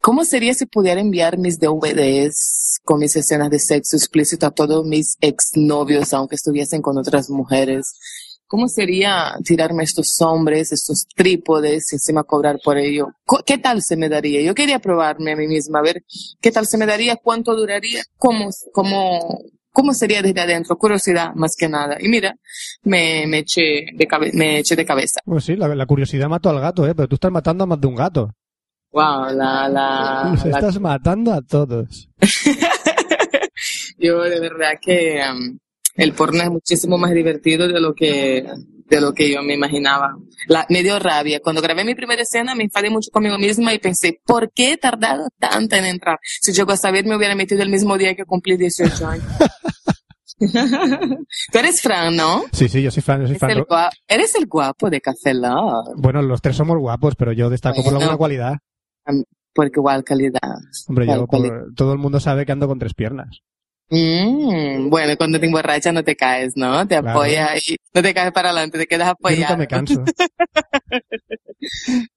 ¿Cómo sería si pudiera enviar mis DVDs con mis escenas de sexo explícito a todos mis exnovios, aunque estuviesen con otras mujeres? ¿Cómo sería tirarme estos hombres, estos trípodes, y encima cobrar por ello? Co- ¿Qué tal se me daría? Yo quería probarme a mí misma, a ver qué tal se me daría, cuánto duraría, cómo, cómo, cómo sería desde adentro. Curiosidad, más que nada. Y mira, me, me, eché, de cabe- me eché de cabeza. Pues sí, la, la curiosidad mató al gato, ¿eh? Pero tú estás matando a más de un gato. Wow, la, Ah, la, Nos la- estás matando a todos. yo de verdad que um, el porno es muchísimo más divertido de lo que de lo que yo me imaginaba. La, me dio rabia. Cuando grabé mi primera escena me enfadé mucho conmigo misma y pensé, ¿por qué he tardado tanto en entrar? Si llego a saber me hubiera metido el mismo día que cumplí 18 años. Tú eres Fran, ¿no? Sí, sí, yo soy Fran, yo soy Eres el, Fran. gua- eres el guapo de Café Lock. Bueno, los tres somos guapos, pero yo destaco por la Bueno. buena cualidad. Am- Porque igual calidad. Hombre, yo Igual calidad. por- todo el mundo sabe que ando con tres piernas. Mm, bueno, cuando te emborrachas no te caes, ¿no? Te Claro. apoyas ahí, no te caes para adelante, te quedas Yo nunca apoyado. me canso.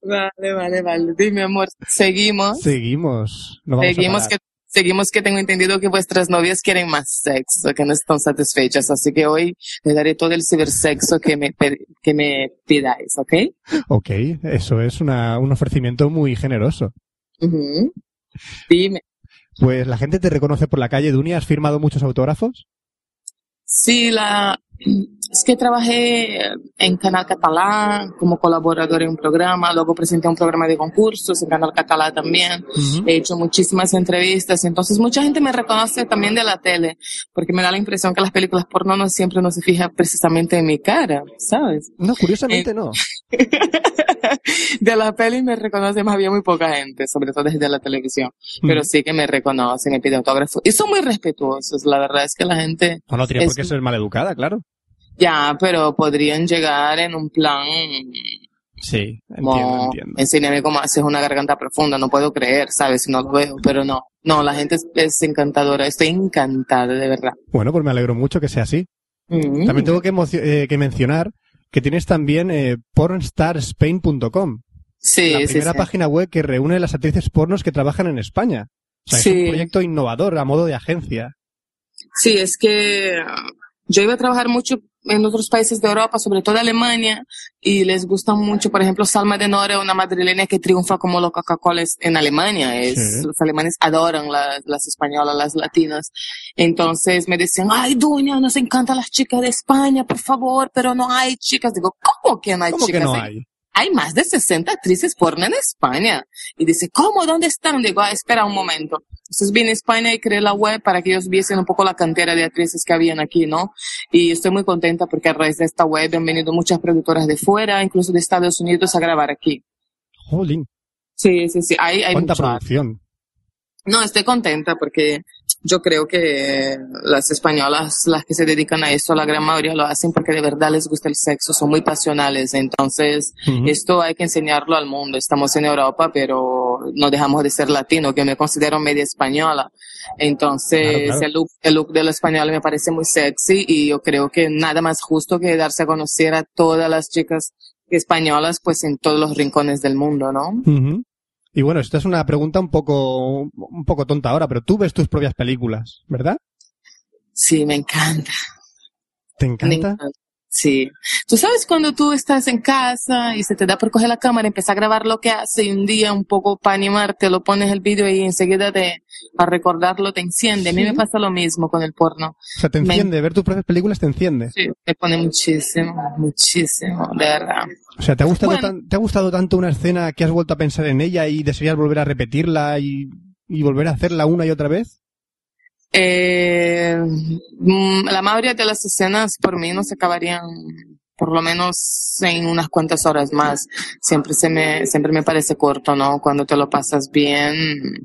Vale, vale, vale. Dime, amor, seguimos. Seguimos. No vamos a seguimos parar. que seguimos que tengo entendido que vuestras novias quieren más sexo, que no están satisfechas, así que hoy les daré todo el cibersexo que me per- que me pidáis, ¿ok? Ok, eso es una- un ofrecimiento muy generoso. Ujú. Dime. Pues la gente te reconoce por la calle, Dunia. ¿Has firmado muchos autógrafos? Sí, la, es que trabajé en Canal Catalán como colaboradora en un programa, luego presenté un programa de concursos en Canal Catalán también, he hecho muchísimas entrevistas, entonces mucha gente me reconoce también de la tele, porque me da la impresión que las películas porno no siempre no se fija precisamente en mi cara, ¿sabes? No, Eh, curiosamente no. de la peli me reconoce más bien muy poca gente, sobre todo desde la televisión, pero sí que me reconocen, me piden autógrafo y son muy respetuosos, la verdad es que la gente... No, no tiene por es qué ser maleducada, claro. ya, pero podrían llegar en un plan. Sí, como, Enséñame cómo haces una garganta profunda, no puedo creer, ¿sabes? Si no lo veo, pero no. No, la gente es, es encantadora, estoy encantada, de verdad. Bueno, pues me alegro mucho que sea así. Mm. También tengo que, emocio- eh, que mencionar que tienes también eh, pornstarspain.com. Sí, la sí, primera sí. página web que reúne las actrices pornos que trabajan en España. O sea, es Sí. un proyecto innovador a modo de agencia. Sí, es que eh, yo iba a trabajar mucho en otros países de Europa, sobre todo Alemania, y les gusta mucho, por ejemplo, Salma de Nora, una madrileña que triunfa como loca cacoles en Alemania. Es, Sí. Los alemanes adoran la- las españolas, las latinas. Entonces me decían, ay, Dunia, nos encantan las chicas de España, por favor, pero no hay chicas. Digo, ¿cómo que no hay ¿Cómo que chicas? no en- hay? hay más de 60 actrices porno en España. Y dice, ¿cómo? ¿Dónde están? Digo, "Ah, espera un momento. Entonces vine a España y creé la web para que ellos viesen un poco la cantera de actrices que habían aquí, ¿no? Y estoy muy contenta porque a raíz de esta web han venido muchas productoras de fuera, incluso de Estados Unidos, a grabar aquí. Jolín, Sí, sí, sí. Hay, hay cuánta mucho arte. producción. No, estoy contenta porque yo creo que las españolas, las que se dedican a esto, la gran mayoría lo hacen porque de verdad les gusta el sexo, son muy pasionales. Entonces, Ujú. esto hay que enseñarlo al mundo. Estamos en Europa, pero no dejamos de ser latino, que me considero media española. Entonces, Claro, claro. El, look, el look de lo español me parece muy sexy y yo creo que nada más justo que darse a conocer a todas las chicas españolas, pues en todos los rincones del mundo, ¿no? Ujú. Y bueno, esta es una pregunta un poco, un poco tonta ahora, pero tú ves tus propias películas, ¿verdad? Sí, me encanta. ¿Te Me encanta? encanta. Sí. Tú sabes cuando tú estás en casa y se te da por coger la cámara, empezar a grabar lo que hace y un día un poco para animarte lo pones el vídeo y enseguida te, a recordarlo te enciende. A mí Sí. me pasa lo mismo con el porno. O sea, te Me- enciende, ver tus propias películas te enciende. Sí, me pone muchísimo, muchísimo, de verdad. O sea, ¿te ha, gustado Bueno. tan- ¿te ha gustado tanto una escena que has vuelto a pensar en ella y desearías volver a repetirla y, y volver a hacerla una y otra vez? Eh, mm, la mayoría de las escenas por mí no se acabarían por lo menos en unas cuantas horas más. Siempre se me, siempre me parece corto, ¿no? Cuando te lo pasas bien,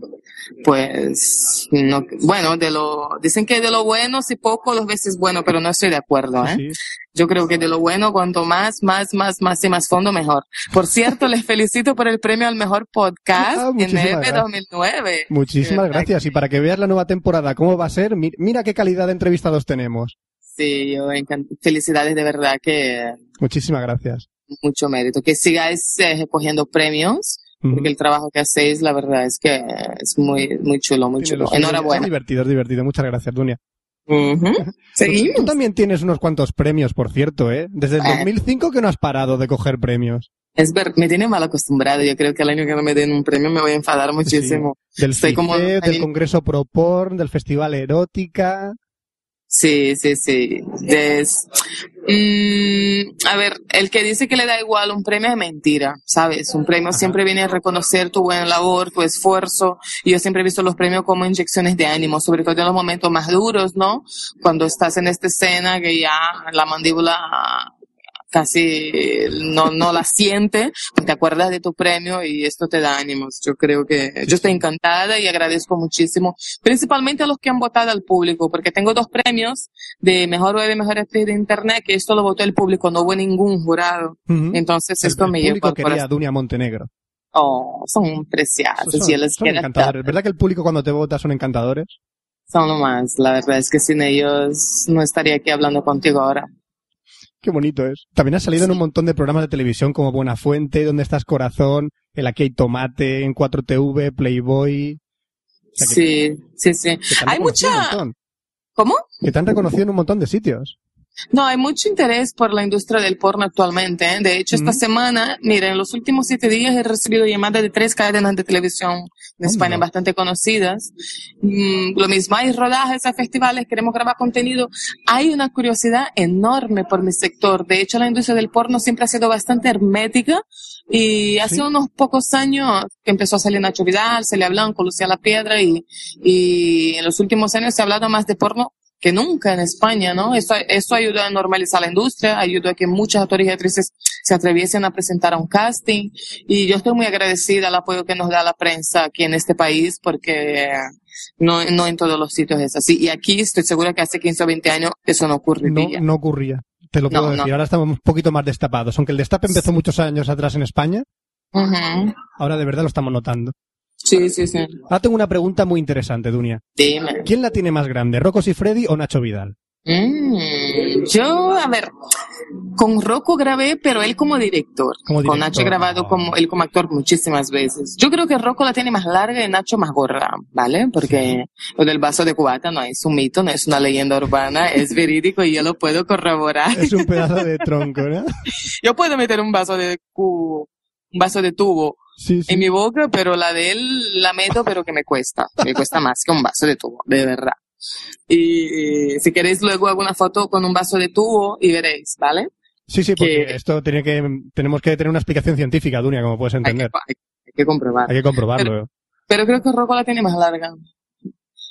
pues, no, bueno, de lo, dicen que de lo bueno, si poco, dos veces bueno, pero no estoy de acuerdo, ¿eh? Yo creo que de lo bueno, cuanto más, más, más, más y más fondo, mejor. Por cierto, les felicito por el premio al mejor podcast Ah, en E muchísimas EVE gracias. 2009. Muchísimas gracias. Y para que veas la nueva temporada, cómo va a ser, mi- mira qué calidad de entrevistados tenemos. Sí, yo encan- felicidades de verdad que Muchísimas gracias. mucho mérito. Que sigáis eh, recogiendo premios, porque el trabajo que hacéis, la verdad es que es muy, muy chulo, muy Tiene chulo. los- Es Enhorabuena. Ah, divertido, es divertido. Muchas gracias, Dunia. Seguimos. Tú también tienes unos cuantos premios, por cierto, ¿eh? Desde el Bueno. 2005 que no has parado de coger premios. Es ver, me tiene mal acostumbrado. Yo creo que el año que no me den un premio me voy a enfadar muchísimo. Del Estoy como- CICE, del Congreso Pro Porn, del Festival Erótica. Sí, sí, sí. Des- Mm, a ver, el que dice que le da igual un premio es mentira, ¿sabes? Un premio siempre viene a reconocer tu buena labor, tu esfuerzo. Y yo siempre he visto los premios como inyecciones de ánimo, sobre todo en los momentos más duros, ¿no? Cuando estás en esta escena que ya la mandíbula casi no, no la siente, pues te acuerdas de tu premio y esto te da ánimos. Yo creo que yo estoy encantada y agradezco muchísimo, principalmente a los que han votado al público, porque tengo dos premios de Mejor Web y Mejor Actriz de Internet, que esto lo votó el público, no hubo ningún jurado. Ujú. Entonces esto el me llevó público al quería a corazón. Dunia Montenegro. Oh, son preciados. Son, yo les son quiero encantadores. ¿Verdad que el público cuando te vota son encantadores? Son lo más. La verdad es que sin ellos no estaría aquí hablando contigo ahora. Qué bonito es. También has salido en un montón de programas de televisión como Buena Fuente, Donde Estás Corazón, El Aquí hay Tomate, en 4TV, Playboy. Sí, sí, sí. te han Hay reconocido un mucha... montón. ¿Cómo? Que te han reconocido en un montón de sitios. No, hay mucho interés por la industria del porno actualmente. ¿eh? De hecho, esta semana, mira, en los últimos siete días he recibido llamadas de tres cadenas de televisión de España bastante conocidas. Mm, lo mismo, hay rodajes, hay festivales, queremos grabar contenido. Hay una curiosidad enorme por mi sector. De hecho, la industria del porno siempre ha sido bastante hermética y hace unos pocos años que empezó a salir Nacho Vidal, Celia Blanco, Lucía La Piedra y, y en los últimos años se ha hablado más de porno que nunca en España, ¿no? Eso, eso ayudó a normalizar la industria, ayudó a que muchas autores y actrices se atreviesen a presentar a un casting y yo estoy muy agradecida al apoyo que nos da la prensa aquí en este país porque no, no en todos los sitios es así. Y aquí estoy segura que hace 15 o 20 años eso no No, ocurriría. no ocurría. Te lo No, puedo decir. no. Ahora estamos un poquito más destapados. Aunque el destape empezó muchos años atrás en España, Ujú. ahora de verdad lo estamos notando. Sí, sí, sí. Ahora tengo una pregunta muy interesante, Dunia. Dime. ¿Quién la tiene más grande, Rocos y Freddy o Nacho Vidal? Mm, yo, a ver, con Rocco grabé, pero él como director. Como Con Nacho he director. grabado como él como actor muchísimas veces. Yo creo que Rocco la tiene más larga y Nacho más gorda, ¿vale? Porque lo del vaso de cubata no es un mito, no es una leyenda urbana, es verídico y yo lo puedo corroborar. Es un pedazo de tronco, ¿no? Yo puedo meter un vaso de cubo, un vaso de tubo en mi boca, pero la de él la meto, pero que me cuesta. Me cuesta más que un vaso de tubo, de verdad. Y eh, si queréis luego hago una foto con un vaso de tubo y veréis, ¿vale? Sí, sí, porque Que- esto tiene que, tenemos que tener una explicación científica, Dunia, como puedes entender. Hay que, comprobarlo. Hay que comprobarlo. Pero creo que Rocco la tiene más larga.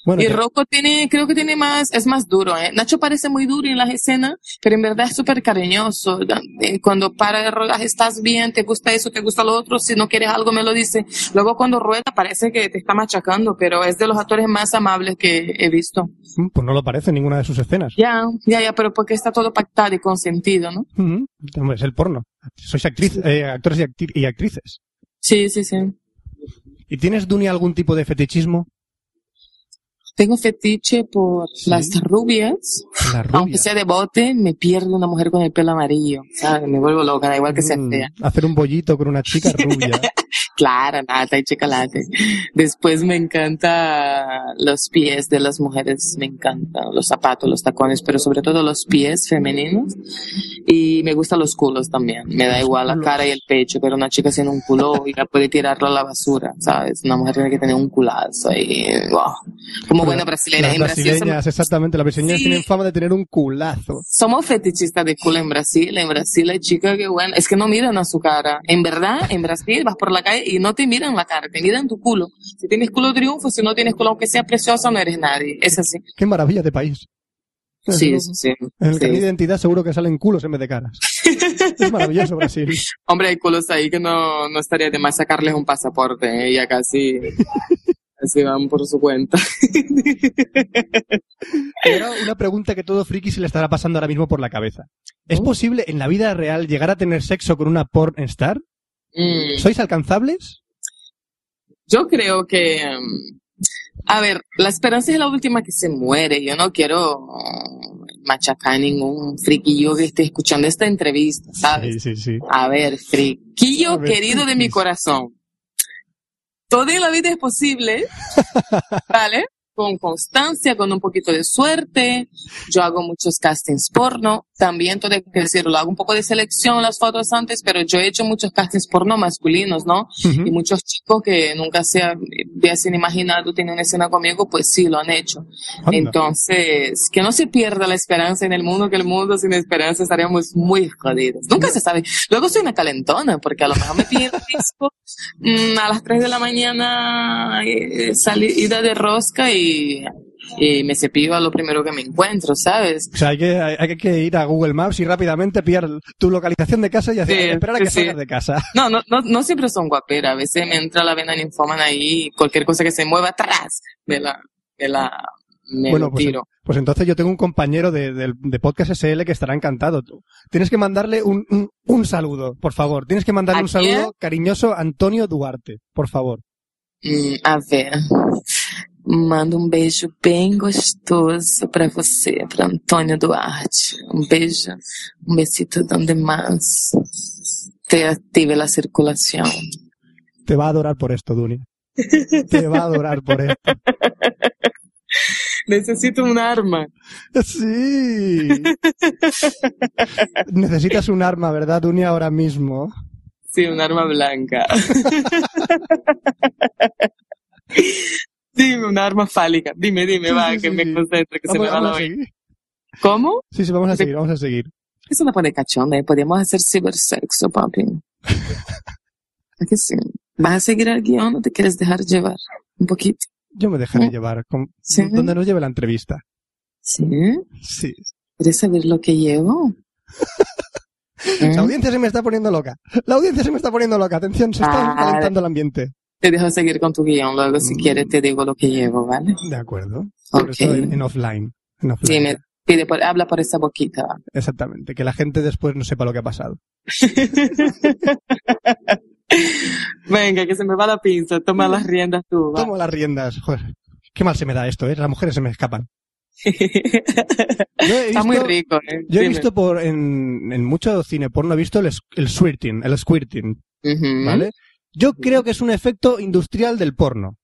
Bueno, y ya- Rocco tiene, creo que tiene más, es más duro, ¿eh? Nacho parece muy duro en las escenas, pero en verdad es súper cariñoso. Da- eh, Cuando para el rodaje estás bien, te gusta eso, te gusta lo otro, si no quieres algo me lo dice. Luego cuando rueda parece que te está machacando, pero es de los actores más amables que he visto. Mm, Pues no lo parece en ninguna de sus escenas. Ya, ya, ya, pero porque está todo pactado y consentido, ¿no? Ujú. Hombre, es el porno. Sois actriz, eh, actores y, acti- y actrices. Sí, sí, sí. ¿Y tienes, Dunia, algún tipo de fetichismo? Tengo fetiche por las rubias. Las Aunque sea de bote, me pierdo una mujer con el pelo amarillo, ¿sabes? Me vuelvo loca, da igual que Mm. sea fea. Hacer un bollito con una chica rubia. Claro, nata y chocolate. Después me encanta los pies de las mujeres, me encantan los zapatos, los tacones, pero sobre todo los pies femeninos. Y me gustan los culos también. Me da igual la cara y el pecho, pero una chica sin un culo y la puede tirarlo a la basura, ¿sabes? Una mujer tiene que tener un culazo y, wow. Como buena brasileña. Las En Brasil somos- brasileñas, exactamente. Las brasileñas Sí. tienen fama de tener un culazo. somos fetichistas de culo en Brasil. En Brasil hay chicas que, bueno, es que no miran a su cara. En verdad, en Brasil vas por la calle y no te miran la cara, te miran tu culo. Si tienes culo triunfo, si no tienes culo, aunque sea preciosa, no eres nadie. Es así. Qué maravilla de país. Sí, sí, sí. En el Sí. carnet de identidad seguro que salen culos en vez de caras. Es maravilloso Brasil. Hombre, hay culos ahí que no, no estaría de más sacarles un pasaporte, ¿eh? ya casi, casi van por su cuenta. Y ahora una pregunta que todo friki se le estará pasando ahora mismo por la cabeza. ¿Es Oh. posible en la vida real llegar a tener sexo con una porn star? Mm. ¿Sois alcanzables? Yo creo que, mm, a ver, la esperanza es la última que se muere. Yo no quiero mm, machacar a ningún friquillo que esté escuchando esta entrevista, ¿sabes? Sí, sí. A ver, friquillo A ver, querido de mi corazón. Todo en la vida es posible, ¿vale? Con constancia, con un poquito de suerte. Yo hago muchos castings porno. También todo hay que decirlo, lo hago un poco de selección, las fotos antes, pero yo he hecho muchos castings porno masculinos, ¿no? Ujú. Y muchos chicos que nunca se hab- hubiesen imaginado tener una escena conmigo, pues sí, lo han hecho. Anda. Entonces, que no se pierda la esperanza en el mundo, que el mundo sin esperanza estaríamos muy jodidos. Nunca se sabe. Luego soy una calentona, porque a lo mejor me piden disco mm, a las 3 de la mañana, eh, salida de rosca y, y me cepillo a lo primero que me encuentro, ¿sabes? O sea, hay que, hay, hay que ir a Google Maps y rápidamente pillar tu localización de casa y hacer, Sí, esperar a que sí. salgas de casa. No, no, no, no siempre son guaperas. A veces me entra la vena ninfómana ahí y cualquier cosa que se mueva atrás me la, me la, me bueno, lo pues, tiro. pues entonces yo tengo un compañero de, del- de Podcast SL que estará encantado. Tú- Tienes que mandarle un, un, un saludo, por favor. Tienes que mandarle un quién? saludo cariñoso a Antonio Duarte, por favor. Hum, a ver. Mando um beijo bem gostoso para você, para Antônio Duarte. Um beijo, um besito donde mais te ative la circulação. Te va a adorar por esto, Dunia. Te va a adorar por esto. Necesito un arma. Sí. Necesitas un arma, ¿verdad, Dunia, ahora mismo? Sí, un arma blanca. dime, un arma fálica. Dime, dime, va, que me concentre, que se me Vamos- va la vamos a olla. seguir. ¿Cómo? Sí, sí, vamos a seguir, vamos a seguir. Eso no pone cachonda, ¿eh? podríamos hacer cibersexo, papi. ¿A que sí? ¿Vas a seguir el guión o te quieres dejar llevar? Un poquito. Yo me dejaré llevar. con- Donde nos lleve la entrevista. ¿Sí? Sí. ¿Quieres saber lo que llevo? ¿Mm? ¿Eh? La audiencia se me está poniendo loca. La audiencia se me está poniendo loca. Atención, se está Ah. calentando el ambiente. Te dejo seguir con tu guión, luego si quieres te digo lo que llevo, ¿vale? De acuerdo. Ok. Mm. Eso en, en offline. En offline. Dime, pide por- habla por esa boquita. va. Exactamente. Que la gente después no sepa lo que ha pasado. Venga, que se me va la pinza, toma las riendas tú. va. Tomo las riendas. Joder. Qué mal se me da esto, ¿eh? Las mujeres se me escapan. Yo he Está visto- muy rico, ¿eh? Yo he Dime. visto por, en, en mucho cine porno, he visto el, es- el squirting, el squirting. ¿Vale? Yo creo que es un efecto industrial del porno.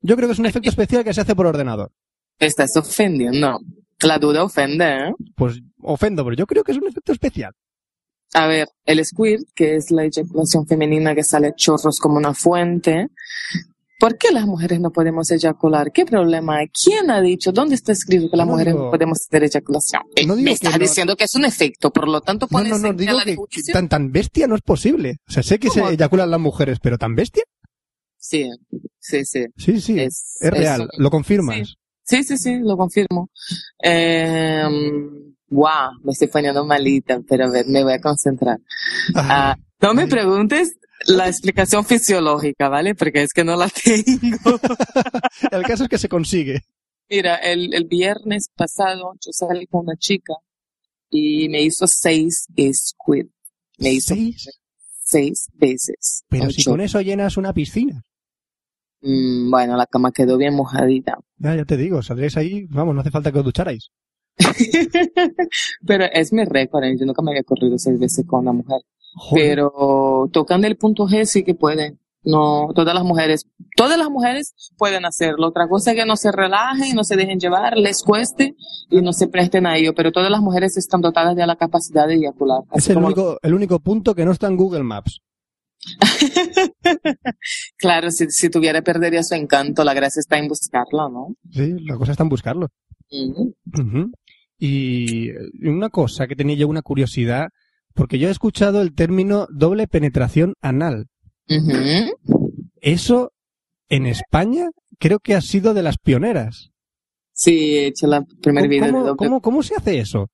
Yo creo que es un efecto especial que se hace por ordenador. Estás ofendiendo. La duda ofende, ¿eh? Pues ofendo, pero yo creo que es un efecto especial. A ver, el squirt, que es la eyaculación femenina que sale a chorros como una fuente. ¿Por qué las mujeres no podemos eyacular? ¿Qué problema hay? ¿Quién ha dicho? ¿Dónde está escrito que las mujeres no podemos hacer eyaculación? Eh, digo me que estás no- diciendo que es un efecto, por lo tanto No, pones no, no, en digo tela de que juicio. tan, tan bestia no es posible. O sea, sé que se eyaculan las mujeres, pero tan bestia. Sí, sí, sí. Sí, sí, es, es real, un- lo confirmas. Sí, sí, sí, lo confirmo. Eh, wow, me estoy poniendo malita, pero a ver, me voy a concentrar. Ah, no me preguntes la explicación fisiológica, ¿vale? Porque es que no la tengo. El caso es que se consigue. Mira, el, el viernes pasado yo salí con una chica y me hizo seis squid. Me hizo ¿Seis? seis veces. Pero Un si shock. con eso llenas una piscina. Mm, bueno, la cama quedó bien mojadita. Ya, ya te digo, saldréis ahí, vamos, no hace falta que os ducharais. Pero es mi récord, ¿eh? yo nunca me había corrido seis veces con una mujer. Pero tocando el punto G sí que pueden. No, todas las mujeres, todas las mujeres pueden hacerlo. Otra cosa es que no se relajen, no se dejen llevar, les cueste y no se presten a ello. Pero todas las mujeres están dotadas de la capacidad de eyacular. Es Así el como- único, el único punto que no está en Google Maps. Claro, si, si tuviera perdería su encanto, la gracia está en buscarla, ¿no? Sí, la cosa está en buscarlo. Mm. Ujú. Y eh, una cosa que tenía yo una curiosidad, porque yo he escuchado el término doble penetración anal. Eso en España creo que ha sido de las pioneras. Sí, he hecho la primera ¿Cómo- vida cómo- de doble- cómo- cómo se hace eso?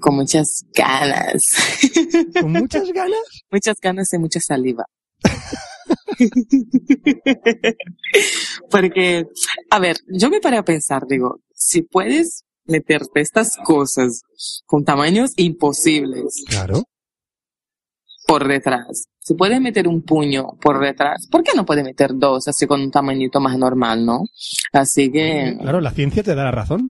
Con muchas ganas. ¿Con muchas ganas? muchas ganas y mucha saliva. Porque, a ver, yo me paré a pensar, digo, si puedes meterte estas cosas con tamaños imposibles. Claro. Por detrás. Si puedes meter un puño por detrás, ¿por qué no puedes meter dos así con un tamañito más normal, no? Así que... Claro, la ciencia te da la razón.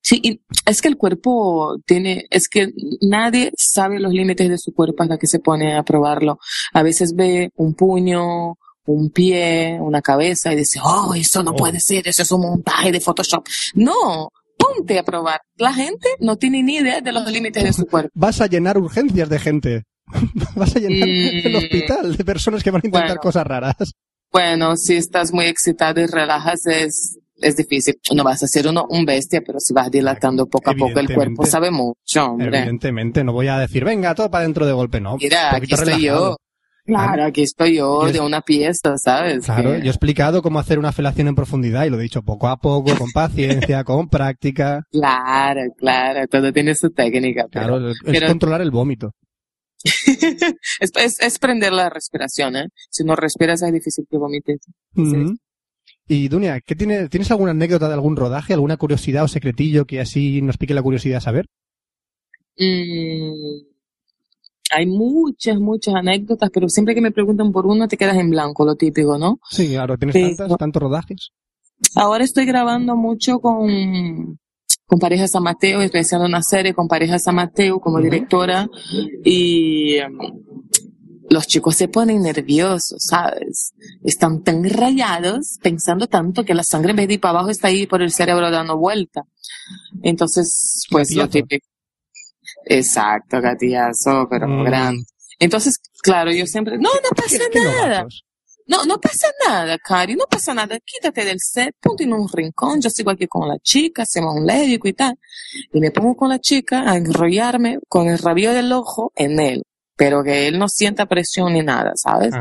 Sí, y es que el cuerpo tiene, es que nadie sabe los límites de su cuerpo hasta que se pone a probarlo. A veces ve un puño, un pie, una cabeza y dice, oh, eso no puede ser, eso es un montaje de Photoshop. No, ponte a probar. La gente no tiene ni idea de los límites de su cuerpo. Vas a llenar urgencias de gente. Vas a llenar Mm. el hospital de personas que van a intentar cosas raras. Bueno, si estás muy excitado y relajas es, es difícil. No vas a ser uno, un bestia, pero si vas dilatando poco a poco el cuerpo, Evidentemente. sabe mucho, hombre. Evidentemente, no voy a decir, venga, todo para dentro de golpe, no. Mira, Un aquí poquito estoy yo. relajado. Claro, aquí estoy yo de una pieza, ¿sabes? Claro, Que- yo he explicado cómo hacer una felación en profundidad y lo he dicho poco a poco, con paciencia, con práctica. Claro, claro, todo tiene su técnica. pero- Claro, es pero- controlar el vómito. es, es- es prender la respiración, ¿eh? Si no respiras es difícil que vomites. Ujú. Y Dunia, ¿qué tiene, ¿tienes alguna anécdota de algún rodaje, alguna curiosidad o secretillo que así nos pique la curiosidad a saber? Mm, hay muchas, muchas anécdotas, pero siempre que me preguntan por una te quedas en blanco, lo típico, ¿no? Sí, claro, tienes Sí, tantas, tantos rodajes. Ahora estoy grabando mucho con, con Parejas San Mateo, estoy haciendo una serie con Parejas San Mateo como directora y em, los chicos se ponen nerviosos, ¿sabes? Están tan rayados, pensando tanto que la sangre en vez de ir para abajo está ahí por el cerebro dando vuelta. Entonces, pues lo típico. Exacto, gatillazo, pero Mm. grande. Entonces, claro, yo siempre, no, no pasa nada. No, no pasa nada, Cari, no pasa nada. Quítate del set, ponte en un rincón. Yo sigo aquí con la chica, hacemos un lévico y tal. Y me pongo con la chica a enrollarme con el rabillo del ojo en él. Pero que él no sienta presión ni nada, ¿sabes?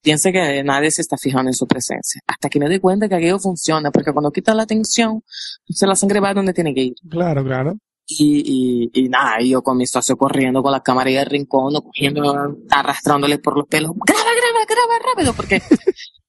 Piense que nadie se está fijando en su presencia. Hasta que me doy cuenta que aquello funciona, porque cuando quitan la atención, entonces la sangre va donde tiene que ir. Claro, claro. Y, y, y nada, y yo con mi socio corriendo con la cámara y el rincón, cogiendo, arrastrándole por los pelos. Graba, graba, graba rápido, porque,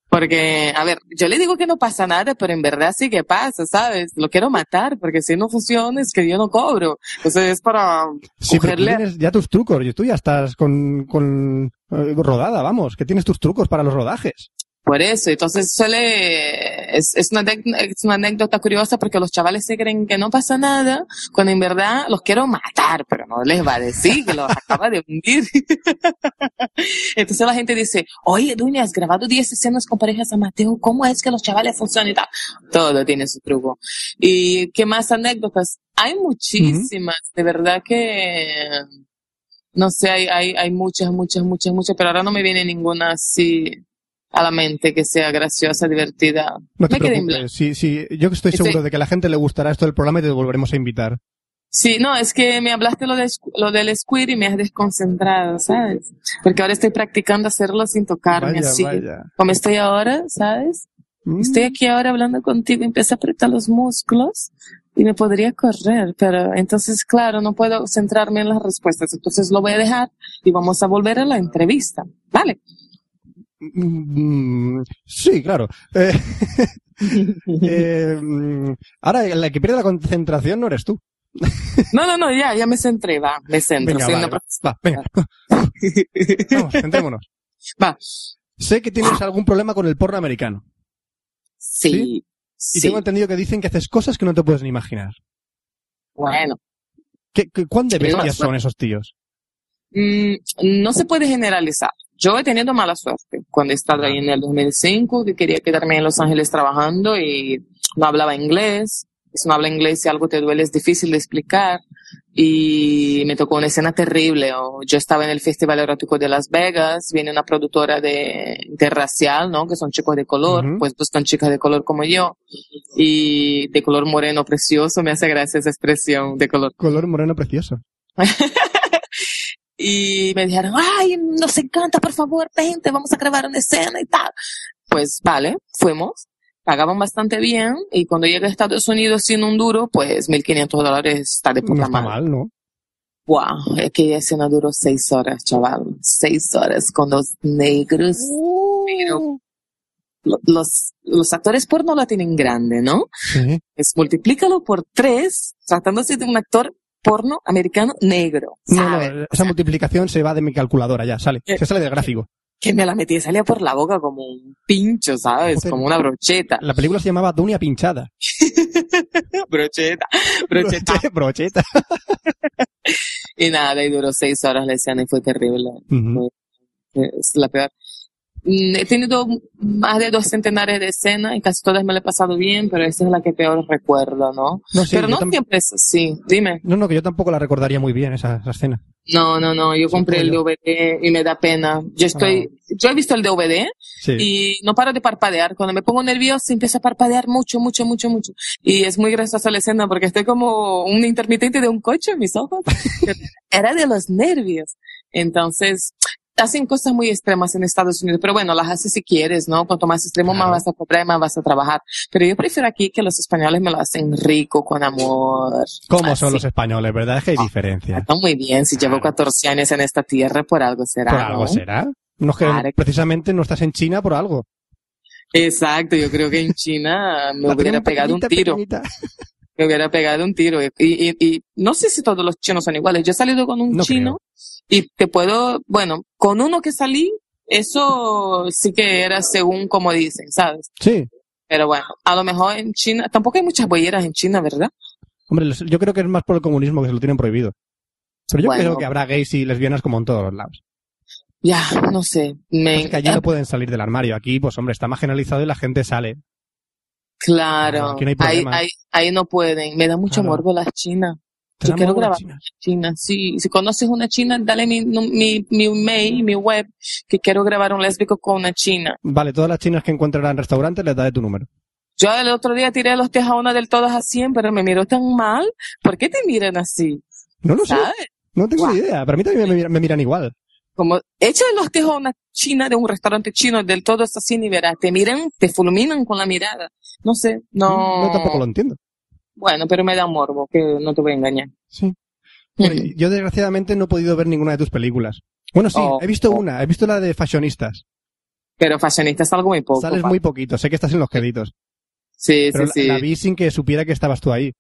porque, a ver, yo le digo que no pasa nada, pero en verdad sí que pasa, ¿sabes? Lo quiero matar, porque si no funciona es que yo no cobro. Entonces es para Sí, pero tú cogerle. tienes ya tus trucos. Y tú ya estás con, con eh, rodada, vamos. Que tienes tus trucos para los rodajes. Por eso, entonces suele, es, es, una, anec- es una anécdota curiosa porque los chavales se creen que no pasa nada, cuando en verdad los quiero matar, pero no les va a decir que los acaba de hundir. entonces la gente dice, oye, Duña, has grabado 10 escenas con parejas a Mateo, ¿cómo es que los chavales funcionan y tal? Todo tiene su truco. ¿Y qué más anécdotas? Hay muchísimas, de verdad que, no sé, hay, hay, hay muchas, muchas, muchas, muchas, pero ahora no me viene ninguna así a la mente que sea graciosa, divertida. No te me quedé en blanco. preocupes. Sí, sí. Yo estoy Estoy- seguro de que a la gente le gustará esto del programa y te volveremos a invitar. Sí, no, es que me hablaste lo, de, squ- lo del squid y me has desconcentrado, ¿sabes? Porque ahora estoy practicando hacerlo sin tocarme Vaya, así. vaya. Mm, Como estoy ahora, ¿sabes? Estoy aquí ahora hablando contigo, empiezo a apretar los músculos y me podría correr, pero entonces, claro, no puedo centrarme en las respuestas. Entonces lo voy a dejar y vamos a volver a la entrevista, ¿vale? Mm, sí, claro. Eh, eh, mm, ahora, la que pierde la concentración no eres tú. No, no, no, ya, ya me centré, va, me centro. Venga, soy vale, una va, va, venga. Vamos, centrémonos. Va. Sé que tienes algún problema con el porno americano. Sí. Y tengo entendido que dicen que haces cosas que no te puedes ni imaginar. Bueno. ¿Qué, qué, cuán de Pero, bestias bueno. son esos tíos? Mm, no se puede generalizar. Yo he tenido mala suerte cuando he estado ahí en el 2005, que quería quedarme en Los Ángeles trabajando y no hablaba inglés. Si no habla inglés y algo te duele es difícil de explicar. Y me tocó una escena terrible. o Yo estaba en el Festival Erótico de Las Vegas, viene una productora de interracial, ¿no? Que son chicos de color, pues buscan chicas de color como yo. Y de color moreno precioso, me hace gracia esa expresión de color Color moreno precioso. y me dijeron, ay, nos encanta, por favor, vente, vamos a grabar una escena y tal. Pues vale, fuimos, pagaban bastante bien y cuando llegué a Estados Unidos sin un duro, pues 1.500 dólares está de No puta está madre. mal, ¿no? Wow, es que esa escena duró seis horas, chaval. Seis horas con los negros. Uh. Pero lo- los, los actores porno la tienen grande, ¿no? Es multiplícalo por tres, tratándose de un actor porno americano negro. No, no, esa multiplicación se va de mi calculadora ya, sale. Eh, Se sale del gráfico. Que me la metí y salía por la boca como un pincho, ¿sabes? Joder. Como una brocheta. La película se llamaba Dunia Pinchada. brocheta, brocheta. Brocheta. y nada, y duró seis horas la escena y fue terrible. Fue- Es la peor. Mm, He tenido más de dos centenares de escenas y casi todas me las he pasado bien, pero esa es la que peor recuerdo, ¿no? No, sí, pero yo no tam- siempre es así. Dime. No, no, que yo tampoco la recordaría muy bien esa, esa escena. No, no, no, yo compré el DVD y me da pena. Yo estoy, yo he visto el DVD Sí. y no paro de parpadear. Cuando me pongo nerviosa empiezo a parpadear mucho, mucho, mucho, mucho. Y es muy graciosa la escena porque estoy como un intermitente de un coche en mis ojos. Era de los nervios. Entonces, hacen cosas muy extremas en Estados Unidos, pero bueno, las haces si quieres, ¿no? Cuanto más extremo, más vas a cobrar, más vas a trabajar. Pero yo prefiero aquí que los españoles me lo hacen rico, con amor. ¿Cómo son los españoles, verdad? Es Ah, que hay diferencia. Está muy bien, si llevo 14 años en esta tierra, por algo será. Por algo ¿no? será. No es que precisamente no estás en China por algo. Exacto, yo creo que en China me La hubiera tengo pegado un pequeñita, tiro. pequeñita. Me hubiera pegado un tiro. Y, y- y no sé si todos los chinos son iguales. Yo he salido con un chino y te puedo, bueno, con uno que salí, eso sí que era según como dicen, ¿sabes? Sí. Pero bueno, a lo mejor en China, tampoco hay muchas bolleras en China, ¿verdad? Hombre, los- yo creo que es más por el comunismo que se lo tienen prohibido. Pero yo Bueno. creo que habrá gays y lesbianas como en todos los lados. Ya, no sé. Me... Es que allí no pueden salir del armario. Aquí, pues hombre, está marginalizado y la gente sale. Claro, Ah, Aquí no hay ahí, problema. ahí, ahí no pueden. Me da mucho morbo las chinas. ¿Te Yo da quiero morbo grabar las con las chinas. Sí, si conoces una china, dale mi, nu- mi, mi email, mi web, que quiero grabar un lésbico con una china. Vale, todas las chinas que encuentran en restaurantes les daré tu número. Yo el otro día tiré los pies a una del todo a 100, pero me miró tan mal. ¿Por qué te miran así? No lo sé. ¿Sabes? No tengo ni idea. Para mí también me, miran- me miran igual. Como, echa los tejos a una china de un restaurante chino del todo hasta 100 y verás, te miran, te fulminan con la mirada. No sé, no. Yo tampoco lo entiendo. Bueno, pero me da morbo, que no te voy a engañar. Sí. Bueno, y- yo desgraciadamente no he podido ver ninguna de tus películas. Bueno, sí, Oh, he visto una. He visto la de Fashionistas. Pero fashionista es algo muy poco. Sales pa. muy poquito. Sé que estás en los créditos. Sí, pero sí, la, sí. la vi sin que supiera que estabas tú ahí.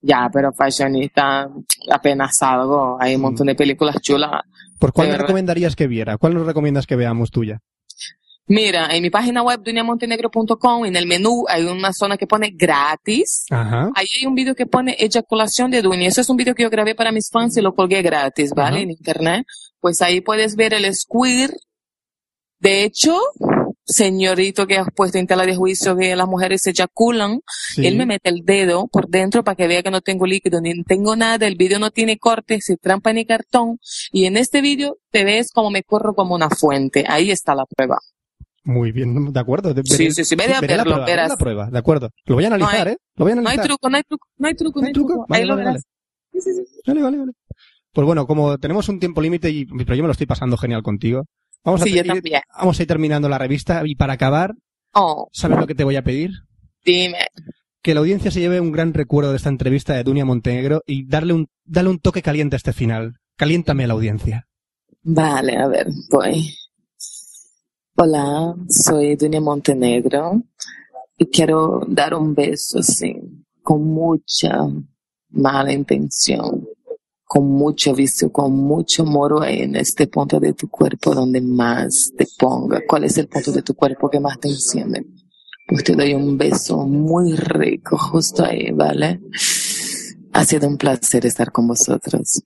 Ya, pero fashionista apenas algo. Hay un Mm. montón de películas chulas. ¿Por Pues, cuál De me verdad. recomendarías que viera? ¿Cuál nos recomiendas que veamos tuya? Mira, en mi página web duniamontenegro.com, en el menú hay una zona que pone gratis. Ajá. Ahí hay un vídeo que pone eyaculación de Dunia. Eso es un vídeo que yo grabé para mis fans y lo colgué gratis, ¿vale? En internet. Pues ahí puedes ver el squeer. De hecho, señorito que has puesto en tela de juicio que las mujeres se eyaculan, Sí. él me mete el dedo por dentro para que vea que no tengo líquido, ni tengo nada, el vídeo no tiene corte, se trampa ni cartón. Y en este vídeo te ves como me corro como una fuente. Ahí está la prueba. Muy bien, de acuerdo. de- Sí, sí, sí, ve a veré la verlo, prueba, veré verás. la prueba, de acuerdo. Lo voy a analizar, hay- ¿eh? Lo voy a No hay analizar. truco, no hay truco, no hay truco, no hay truco. Vale, Ahí lo vale, vale. verás. Sí, sí, sí. Vale, vale, vale. Pues bueno, como tenemos un tiempo límite, y pero yo me lo estoy pasando genial contigo. Vamos a, Sí, yo ir- también. vamos a ir terminando la revista y para acabar, Oh, ¿sabes lo que te voy a pedir? dime. Que la audiencia se lleve un gran recuerdo de esta entrevista de Dunia Montenegro y darle un, darle un toque caliente a este final. Caliéntame a la audiencia. Vale, a ver, voy. Hola, soy Dunia Montenegro y quiero dar un beso así, con mucha mala intención, con mucho vicio, con mucho moro ahí en este punto de tu cuerpo donde más te ponga. ¿Cuál es el punto de tu cuerpo que más te enciende? Pues te doy un beso muy rico justo ahí, ¿vale? Ha sido un placer estar con vosotros.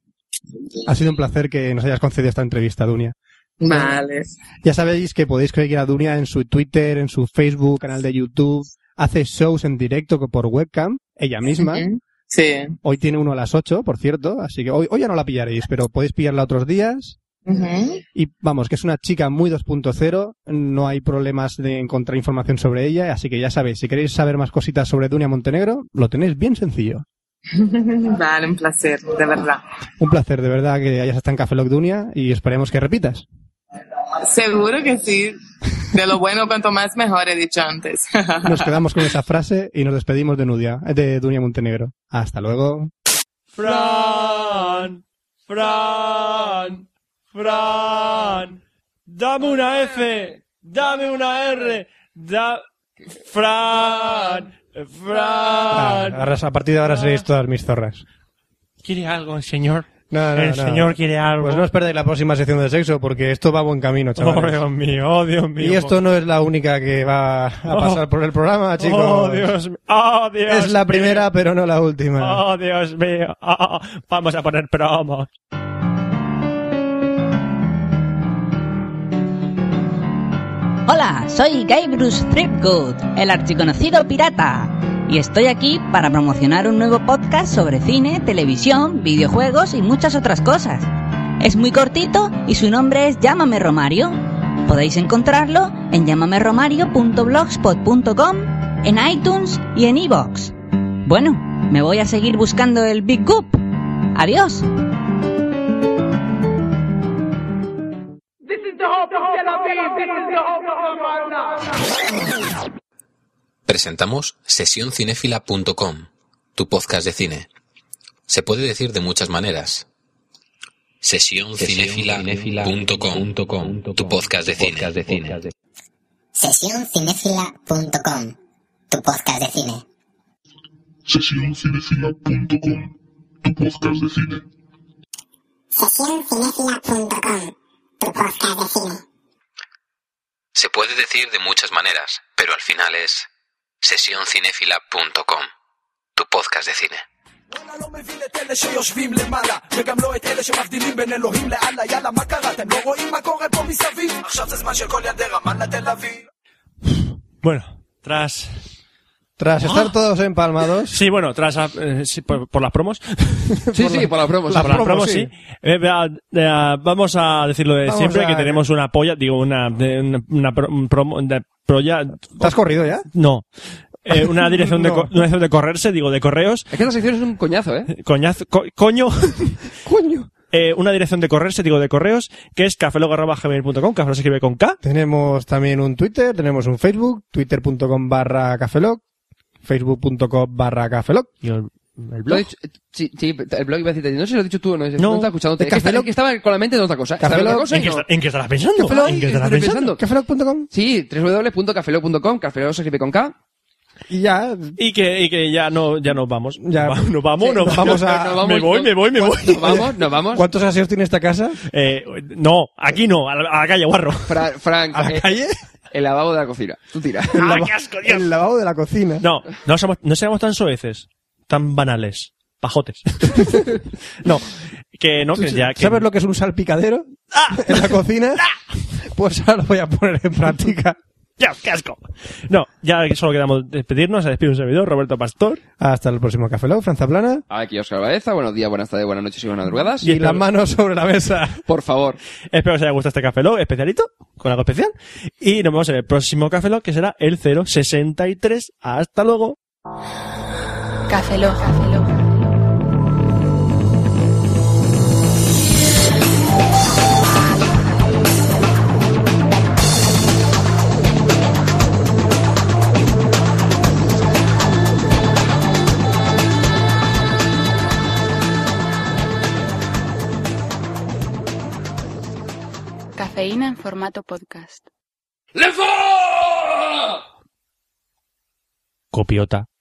Ha sido un placer que nos hayas concedido esta entrevista, Dunia. Vale. Ya sabéis que podéis seguir a Dunia en su Twitter, en su Facebook, canal de YouTube. Hace shows en directo por webcam, ella misma. Ujú. Sí. Hoy tiene uno a las 8, por cierto, así que hoy, hoy ya no la pillaréis, pero podéis pillarla otros días. Ujú. Y vamos, que es una chica muy 2.0, no hay problemas de encontrar información sobre ella, así que ya sabéis, si queréis saber más cositas sobre Dunia Montenegro, lo tenéis bien sencillo. Vale, un placer, de verdad. Un placer, de verdad, que hayas estado en Café Lock Dunia y esperemos que repitas. Seguro que sí. De lo bueno, cuanto más mejor, he dicho antes. Nos quedamos con esa frase y nos despedimos de, Nudia, de Dunia Montenegro. Hasta luego. Fran, Fran, Fran. Dame una F, dame una R, da... Fran, Fran. Ahora, a partir de ahora Ah. seréis todas mis zorras. ¿Quiere algo el señor? No, no, el no. señor quiere algo. Pues no os perdáis la próxima sección de sexo porque esto va a buen camino, chavales. Oh, Dios mío, oh, Dios mío. Y esto no es la única que va a pasar por el programa, chicos. Oh, Dios mío. Oh, Dios es la mío. primera, pero no la última. Oh, Dios mío. Oh, oh, oh. Vamos a poner promos. Hola, soy Guy Bruce Threepgood, el archiconocido pirata, y estoy aquí para promocionar un nuevo podcast sobre cine, televisión, videojuegos y muchas otras cosas. Es muy cortito y su nombre es Llámame Romario. Podéis encontrarlo en llamameromario.blogspot.com, en iTunes y en iVoox. Bueno, me voy a seguir buscando el Big Goop. Adiós. This is the hope of Tel Aviv. This is the hope of Ramallah. Presentamos sesioncinefila.com, tu podcast de cine. Se puede decir de muchas maneras. Sesioncinefila.com, tu podcast de cine. Sesióncinefila.com, tu podcast de cine. Sesióncinefila.com, tu podcast de cine. Sesióncinefila.com, tu podcast de cine. Se puede decir de muchas maneras, pero al final es sesioncinefila.com, tu podcast de cine. לא מבין את אלה שיושבים למעלה וגם לא את אלה שמבדילים בין אלוהים לאללה יאללה מה קרה אתם לא רואים מה קורה פה מסביב עכשיו זה זמן של כל ילדי רמאללה תל אביב Bueno, tras. Tras estar Oh. ¡Ah! todos empalmados. Sí, bueno, tras. Eh, sí, por, por, las promos. sí, por sí, la, por las promos. Las por promos, las promos, sí. sí. Eh, eh, vamos a decir lo de vamos siempre, a... que tenemos una polla, digo, una, una, una promo. Una proya, ¿Te has corrido ya? No. Eh, una dirección no. de, una dirección de correrse, digo, de correos. Es que la sección es un coñazo, ¿eh? Coñazo, co coño. coño. Eh, una dirección de correrse, digo, de correos, que es cafelog.gmail.com, café se escribe con K. Tenemos también un Twitter, tenemos un Facebook, twitter.com barra cafelog, facebook.com barra cafelog. Y el, el blog. Sí, sí, el blog iba a decirte, no sé si lo has dicho tú o no, no, no estaba escuchando. Es que, que, estaba con la mente en otra cosa. Cafelog, otra cosa ¿en, qué está, ¿En, qué estarás pensando? Cafelog, ¿En qué estarás pensando? Cafelog.com. Sí, www.cafelog.com, cafelog se escribe con K. Y ya. Y que, y que ya no, ya nos vamos. Ya. Va, nos vamos, sí, nos, nos vamos, a... nos vamos. Me voy, me voy, me voy. Nos vamos, nos vamos. ¿Cuántos aseos tiene esta casa? Eh, no, aquí no, a la, a la calle, guarro. Fra Frank. ¿A la eh, calle? El lavabo de la cocina. Tú tira. Ah, qué asco, Dios. El lavabo de la cocina. No, no seamos, no seamos tan soeces, tan banales. Pajotes. no, que no, que ya. Que... ¿Sabes lo que es un salpicadero? ¡Ah! En la cocina. ¡Ah! Pues ahora lo voy a poner en práctica. ¡Ya, casco! No, ya solo quedamos despedirnos. Se despide un servidor, Roberto Pastor. Hasta el próximo Café Log, Franza Plana. Aquí Oscar Baeza. Buenos días, buenas tardes, buenas noches y buenas madrugadas. Y, y las manos sobre la mesa. Por favor. Espero que os haya gustado este Café Log especialito, con algo especial. Y nos vemos en el próximo Café Log, que será el 063. Hasta luego. Café Log, Café Log. en formato podcast. ¡Lefa! Copiota.